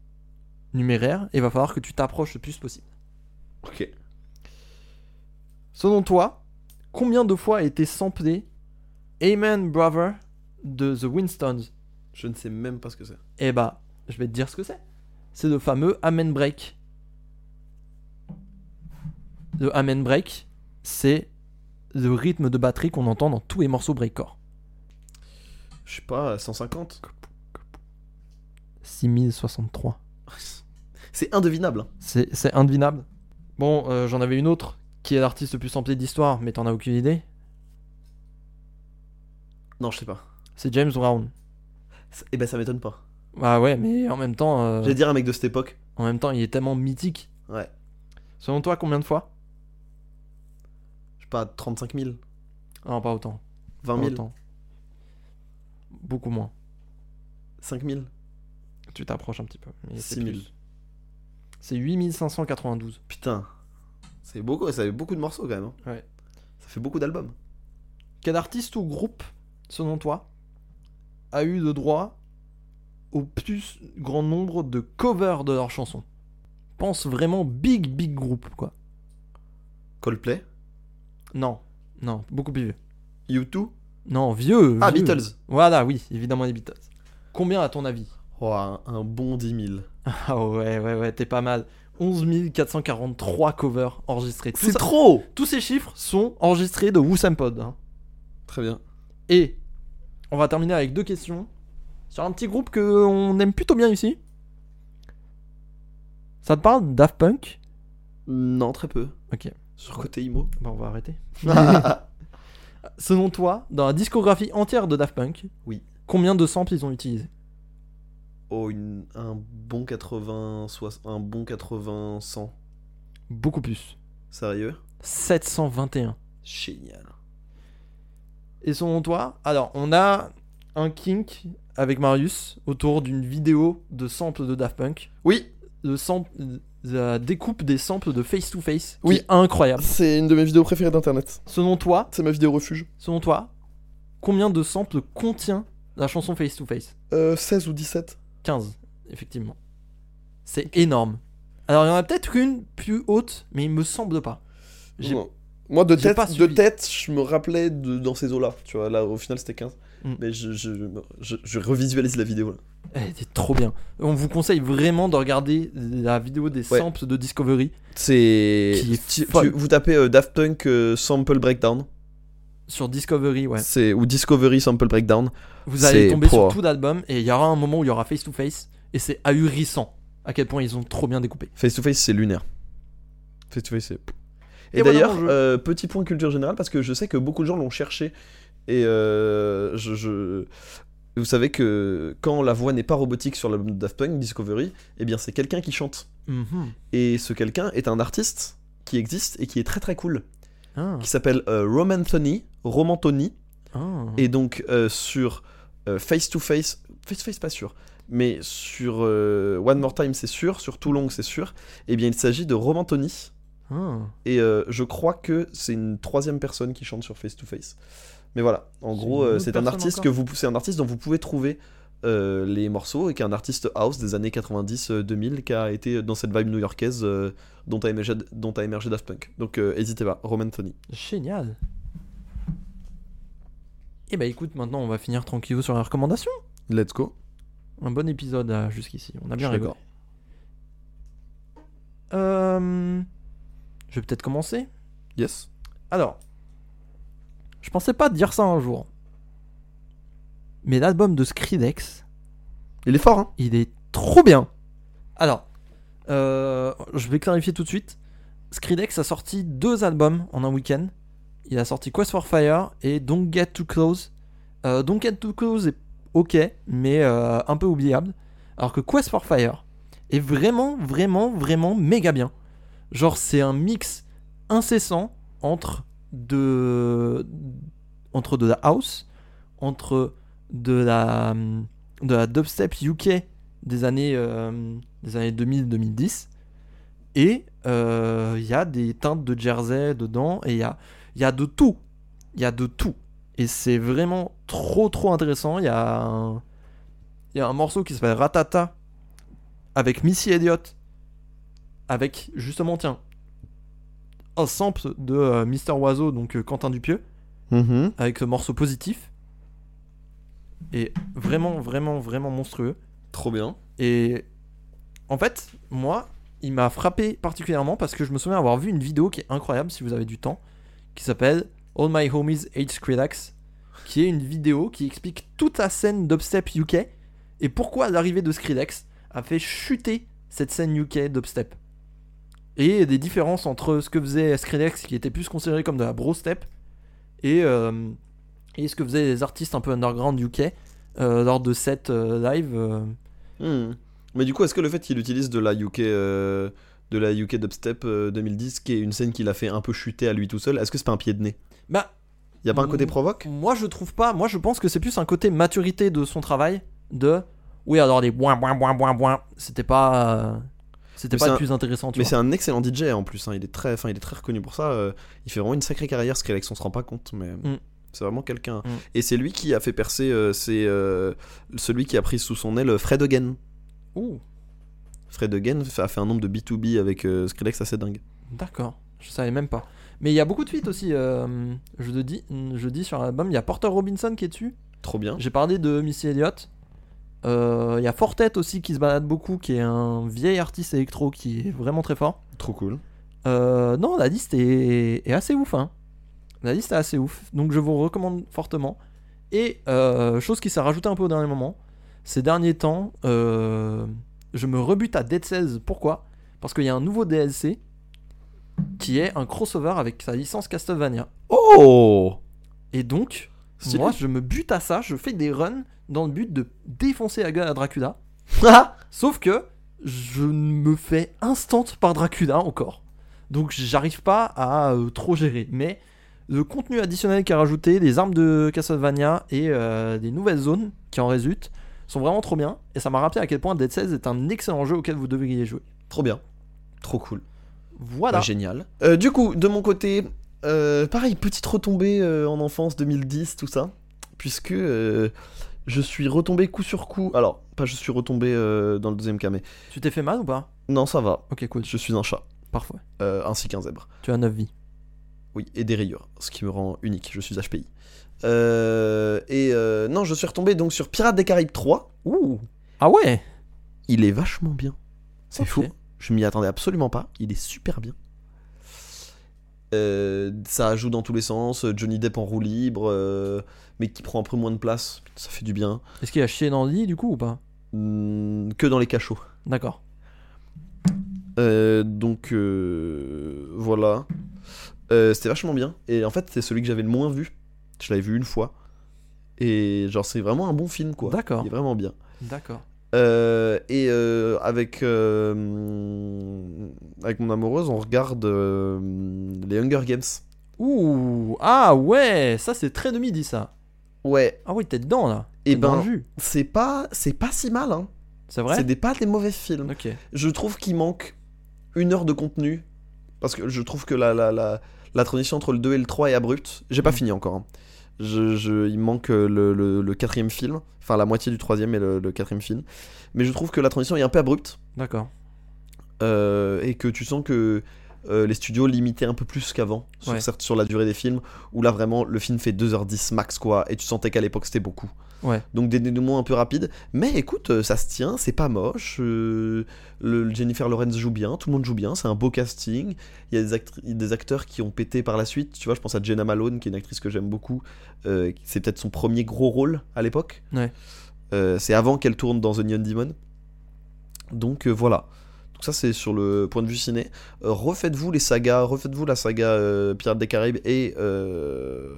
numéraires et il va falloir que tu t'approches le plus possible. Ok. Selon toi, combien de fois a été samplé Amen Brother de The Winstons Je ne sais même pas ce que c'est. Eh bah, je vais te dire ce que c'est. C'est le fameux Amen Break. Le Amen Break, c'est le rythme de batterie qu'on entend dans tous les morceaux breakcore. Je sais pas, à 150 6063. C'est indevinable. hein. C'est c'est indivinable. Bon, euh, j'en avais une autre qui est l'artiste le plus samplé d'histoire, mais t'en as aucune idée. Non, je sais pas. C'est James Brown. Et eh ben ça m'étonne pas. Ah ouais, mais en même temps, euh, J'allais dire un mec de cette époque. en même temps, il est tellement mythique. Ouais. Selon toi, combien de fois pas 35 000, Non, pas autant. Pas 20 000, autant. Beaucoup moins. 5 000. Tu t'approches un petit peu. mais c'est 6 000. plus. C'est 8592. Putain, c'est beaucoup, ça fait beaucoup de morceaux quand même. hein. Ouais. Ça fait beaucoup d'albums. Quel artiste ou groupe, selon toi, a eu de droit au plus grand nombre de covers de leurs chansons Pense vraiment big, big groupe, quoi. Coldplay, Non, non, beaucoup plus vieux. U2, Non, vieux. ah vieux. Beatles. Voilà, oui, évidemment les Beatles. Combien à ton avis Oh, un, un bon 10 000. Ah ouais, ouais, ouais, t'es pas mal. 11 443 covers enregistrés. Tout ça- trop Tous ces chiffres sont enregistrés de Woosempod. hein. Très bien. Et on va terminer avec deux questions sur un petit groupe que on aime plutôt bien ici. Ça te parle Daft Punk Non, très peu. Ok. Sur côté IMO. Bon, on va arrêter. Selon toi, dans la discographie entière de Daft Punk, Oui. combien de samples ils ont utilisé oh, une- un bon 80, soix- un bon 80, 100. Beaucoup plus. Sérieux 721. Génial. Et selon toi, alors on a un kink avec Marius autour d'une vidéo de samples de Daft Punk. Oui, Le sample, la euh, découpe des samples de Face to Face. qui Oui. est incroyable. C'est une de mes vidéos préférées d'internet. Selon toi, C'est ma vidéo refuge. selon toi, combien de samples contient la chanson Face to Face Euh, 16 ou 17 15, effectivement. C'est énorme. Alors il y en a peut-être une plus haute, mais il me semble pas. J'ai- Non. Moi, de j'ai tête, pas de suivi. tête, je me rappelais de, dans ces eaux-là. Tu vois, là, au final, c'était 15. Mm. Mais je, je, je- je revisualise la vidéo. Là. Elle était trop bien. On vous conseille vraiment de regarder la vidéo des Ouais. samples de Discovery. C'est. Qui est tu- tu- folle. Vous tapez euh, Daft Punk euh, Sample Breakdown. Sur Discovery, ouais. C'est ou Discovery Sample Breakdown. Vous allez C'est tomber pro. sur tout l'album et il y aura un moment où il y aura face to face et c'est ahurissant à quel point ils ont trop bien découpé. Face to Face, c'est lunaire. Face to Face, c'est. Et, Et voilà d'ailleurs, mon jeu. euh, petit point culture générale, parce que je sais que beaucoup de gens l'ont cherché. Et euh, je, je- Vous savez que quand la voix n'est pas robotique sur l'album de Daft Punk, Discovery, eh bien c'est quelqu'un qui chante. Mhm. Et ce quelqu'un est un artiste qui existe et qui est très très cool, Ah, qui s'appelle euh, Romanthony, Romantoni. ah. Et donc euh, sur euh, Face to Face, Face to Face pas sûr, mais sur euh, One More Time c'est sûr, sur Too Long c'est sûr, eh bien il s'agit de Romantoni. Ah. Et euh, je crois que c'est une troisième personne qui chante sur Face to Face. Mais voilà, en C'est gros, une euh, autre c'est un personne artiste encore que vous, c'est un artiste dont vous pouvez trouver euh, les morceaux et qui est un artiste house des années 90-2000 qui a été dans cette vibe new-yorkaise euh, dont a émergé, dont a émergé Daft Punk. Donc euh, hésitez pas, Roman Tony. Génial. Et bah écoute, maintenant on va finir tranquillou sur la recommandation. Let's go. Un bon épisode euh, jusqu'ici. On a bien Je suis rigolé. d'accord. Euh, Je vais peut-être commencer. Yes. Alors, je pensais pas dire ça un jour. Mais l'album de Skrillex, Il est fort, hein il est trop bien. Alors, euh, je vais clarifier tout de suite. Skrillex a sorti deux albums en un week-end. Il a sorti Quest for Fire et Don't Get Too Close. Euh, Don't Get Too Close est ok, mais euh, un peu oubliable. Alors que Quest for Fire est vraiment, vraiment, vraiment méga bien. Genre, c'est un mix incessant entre de, entre de la house, entre de la, hum, de la dubstep UK des années, euh, des années 2000-2010. Et euh, il y a des teintes de jersey dedans, et il y a, il y a de tout. Il y a de tout. Et c'est vraiment trop, trop intéressant. Il y, a un- il y a un morceau qui s'appelle Ratata avec Missy Elliott. Avec justement, tiens, un sample de euh, Mister Oiseau, donc euh, Quentin Dupieux avec ce morceau positif. Et vraiment, vraiment, vraiment monstrueux. Trop bien. Et en fait, moi, il m'a frappé particulièrement parce que je me souviens avoir vu une vidéo qui est incroyable si vous avez du temps, qui s'appelle All My Homies Hate Skrillex, qui est une vidéo qui explique toute la scène d'Upstep UK et pourquoi l'arrivée de Skrillex a fait chuter cette scène UK d'Upstep. Et des différences entre ce que faisait Skrillex, qui était plus considéré comme de la bro step, et, euh, et ce que faisaient les artistes un peu underground UK euh, lors de cette live. euh, Hmm. Mais du coup, est-ce que le fait qu'il utilise de la UK, euh, de la UK Dubstep euh, 2010, qui est une scène qu'il a fait un peu chuter à lui tout seul. Est-ce que c'est pas un pied de nez Bah, Y a pas un côté Mm. provoque Moi, je trouve pas. Moi, je pense que c'est plus un côté maturité de son travail. De oui, alors des boing boing boing boing boing. C'était pas, euh, c'était Mais pas c'est le un- plus intéressant. Tu Mais vois. c'est un excellent DJ en plus, hein. il, est très, enfin, il est très reconnu pour ça. euh, il fait vraiment une sacrée carrière, ce qu'Alex on se rend pas compte, mais Mm. c'est vraiment quelqu'un. Mm. Et c'est lui qui a fait percer, euh, c'est euh, celui qui a pris sous son aile euh, Fred Hogan. Ouh, Fred Hogan a fait un nombre de B2B avec euh, Skrillex assez dingue. d'accord. Je savais même pas. Mais il y a beaucoup de feats aussi. euh, je le dis, je dis sur l'album, il y a Porter Robinson qui est dessus. Trop bien. J'ai parlé de Missy Elliott. Euh, Il y a Fortet aussi qui se balade beaucoup, qui est un vieil artiste électro qui est vraiment très fort. Trop cool. Euh, non, la liste est, est assez ouf. Hein. La liste est assez ouf. Donc je vous recommande fortement. Et euh, chose qui s'est rajoutée un peu au dernier moment, ces derniers temps, euh, je me rebute à Dead Cells. Pourquoi Parce qu'il y a un nouveau DLC qui est un crossover avec sa licence Castlevania. Oh Et donc, Stylé. moi, je me bute à ça. Je fais des runs dans le but de défoncer la gueule à Dracula. Ah, Sauf que je me fais instant par Dracula encore. Donc j'arrive pas à euh, trop gérer. Mais le contenu additionnel qui a rajouté, les armes de Castlevania et euh, des nouvelles zones qui en résultent sont vraiment trop bien. Et ça m'a rappelé à quel point Dead Cells est un excellent jeu auquel vous devriez jouer. Trop bien. Trop cool. Voilà. Bah, génial. Euh, du coup, de mon côté, euh, pareil, petite retombée euh, en enfance 2010, tout ça. Puisque euh, je suis retombé coup sur coup. Alors, pas je suis retombé euh, dans le deuxième cas, mais. tu t'es fait mal ou pas Non, ça va. Ok, cool. Je suis un chat, Parfait. euh, ainsi qu'un zèbre. Tu as 9 vies. Oui, et des rayures, ce qui me rend unique. Je suis HPI. Euh, et euh, non, je suis retombé donc sur Pirates des Caraïbes 3. Ouh Ah ouais Il est vachement bien. C'est Ok. fou. Je m'y attendais absolument pas. Il est super bien. Euh, ça joue dans tous les sens. Johnny Depp en roue libre, euh, mais qui prend un peu moins de place. Ça fait du bien. Est-ce qu'il a chié dans le lit du coup ou pas Hmm, que dans les cachots. D'accord. Euh, donc euh, voilà. Euh, C'était vachement bien. Et en fait, c'est celui que j'avais le moins vu. Je l'avais vu une fois. Et genre, c'est vraiment un bon film, quoi. D'accord. Il est vraiment bien. D'accord. Euh, et euh, avec, euh, avec mon amoureuse, on regarde euh, les Hunger Games. Ouh Ah ouais Ça c'est très de midi ça. Ouais, Ah oui, t'es dedans là. Et T'es dans ben, le jus. c'est pas, c'est pas si mal. Hein. C'est C'est vrai des, pas des mauvais films. Ok. Je trouve qu'il manque une heure de contenu. Parce que je trouve que la, la, la, la transition entre le 2 et le 3 est abrupte. J'ai pas Mm. fini encore. hein. Je, je- il manque euh, le, le- le quatrième film. Enfin, la moitié du troisième et le, le quatrième film. Mais je trouve que la transition est un peu abrupte. D'accord. euh, et que tu sens que euh, les studios limitaient un peu plus qu'avant sur, Ouais. certes, sur la durée des films où là vraiment le film fait 2h10 max quoi et tu sentais qu'à l'époque c'était beaucoup Ouais. donc des dénouements un peu rapides mais écoute euh, ça se tient c'est pas moche euh, le, le Jennifer Lawrence joue bien tout le monde joue bien c'est un beau casting il y a des, actri- des acteurs qui ont pété par la suite tu vois je pense à Jenna Malone qui est une actrice que j'aime beaucoup euh, qui- c'est peut-être son premier gros rôle à l'époque Ouais. Euh, c'est avant qu'elle tourne dans The Neon Demon donc euh, voilà. Donc ça c'est sur le point de vue ciné. Euh, refaites-vous les sagas, refaites-vous la saga euh, Pirates des Caraïbes et euh,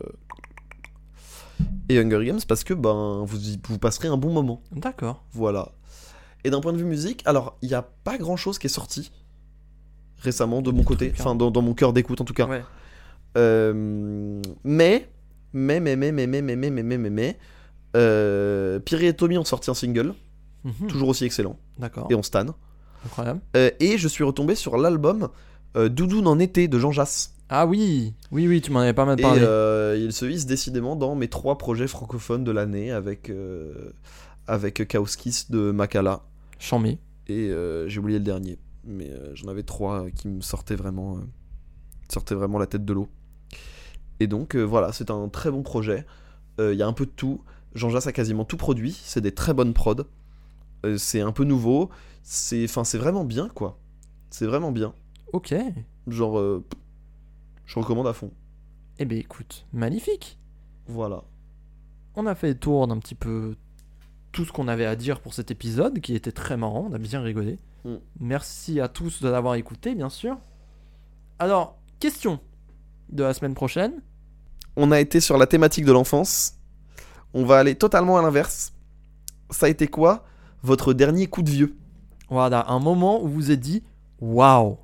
et Hunger Games parce que ben vous y- vous passerez un bon moment. D'accord. Voilà. Et d'un point de vue musique, alors il n'y a pas grand chose qui est sorti récemment de mon côté, trucs, hein. enfin dans, dans mon cœur d'écoute en tout cas. Ouais. Euh, mais mais mais mais mais mais mais mais mais mais mais, mais euh, Piri et Tommy ont sorti un single, Mhm. toujours aussi excellent, D'accord. et on stan. Incroyable. Euh, et je suis retombé sur l'album euh, Doudoune en été de Jean Jass. Ah oui Oui, oui, tu m'en avais pas mal Et parlé. euh, il se hisse décidément dans mes trois projets francophones de l'année avec, euh, avec Chaos Kiss de Makala. Chambé. Et euh, j'ai oublié le dernier. Mais euh, j'en avais trois euh, qui me sortaient vraiment, euh, sortaient vraiment la tête de l'eau. Et donc euh, voilà, c'est un très bon projet. Euh, Il y a un peu de tout. Jean Jass a quasiment tout produit. C'est des très bonnes prods. Euh, c'est un peu nouveau. C'est enfin, c'est vraiment bien quoi. C'est vraiment bien. Ok. Genre, euh, je recommande à fond. Eh ben écoute, magnifique. Voilà. On a fait le tour d'un petit peu tout ce qu'on avait à dire pour cet épisode qui était très marrant. On a bien rigolé. Mm. Merci à tous de l'avoir écouté, bien sûr. Alors, question de la semaine prochaine. On a été sur la thématique de l'enfance. On va aller totalement à l'inverse. Ça a été quoi Votre dernier coup de vieux Voilà, un moment où vous êtes dit Waouh.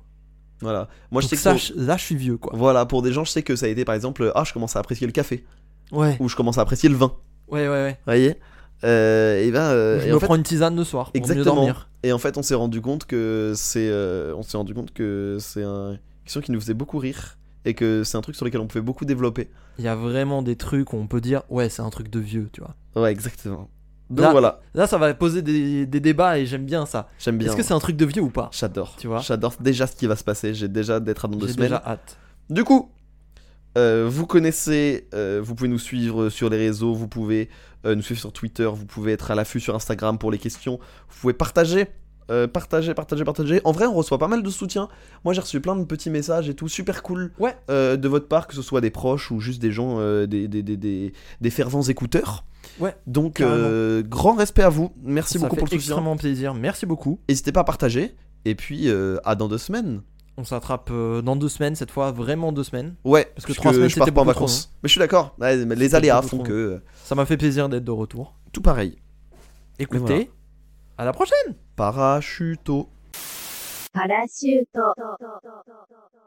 Voilà. Moi, je Donc sais que. ça, pour- je- là, je suis vieux, quoi. Voilà, pour des gens, je sais que ça a été par exemple, ah, je commence à apprécier le café, Ouais, ou je commence à apprécier le vin, ouais, ouais. ouais. voyez Euh, Et ben, euh, je et me en fait, prends une tisane le soir pour Exactement. mieux dormir. Et en fait, on s'est rendu compte que c'est, euh, on s'est rendu compte que c'est un une question qui nous faisait beaucoup rire et que c'est un truc sur lequel on pouvait beaucoup développer. Il y a vraiment des trucs où on peut dire, ouais, c'est un truc de vieux, tu vois. Ouais, exactement. Donc Là- voilà, Là, ça va poser des, des débats et j'aime bien ça. j'aime bien. Est-ce que c'est un truc de vieux ou pas J'adore. Tu vois J'adore déjà ce qui va se passer. J'ai déjà d'être à dans deux J'ai semaines. déjà hâte. Du coup, euh, vous connaissez, euh, vous pouvez nous suivre sur les réseaux, vous pouvez euh, nous suivre sur Twitter, vous pouvez être à l'affût sur Instagram pour les questions, vous pouvez partager. euh, partager, partager, partager. En vrai, on reçoit pas mal de soutien. Moi, j'ai reçu plein de petits messages et tout, super cool Ouais. euh, de votre part, que ce soit des proches ou juste des gens, euh, des, des, des, des- des fervents écouteurs. Ouais, Donc, euh, grand respect à vous. Merci ça beaucoup fait pour le soutien. extrêmement plaisir. Merci beaucoup. N'hésitez pas à partager. Et puis, euh, à dans deux semaines. On s'attrape euh, dans deux semaines, cette fois vraiment deux semaines. Ouais, parce que que, trois semaines, je pars c'était pas en beaucoup trop hein. vacances. Mais je suis d'accord, ouais, mais les aléas beaucoup font trop que euh, Ça m'a fait plaisir d'être de retour. tout pareil. Écoutez, voilà. à la prochaine Parachuto. パラシュート。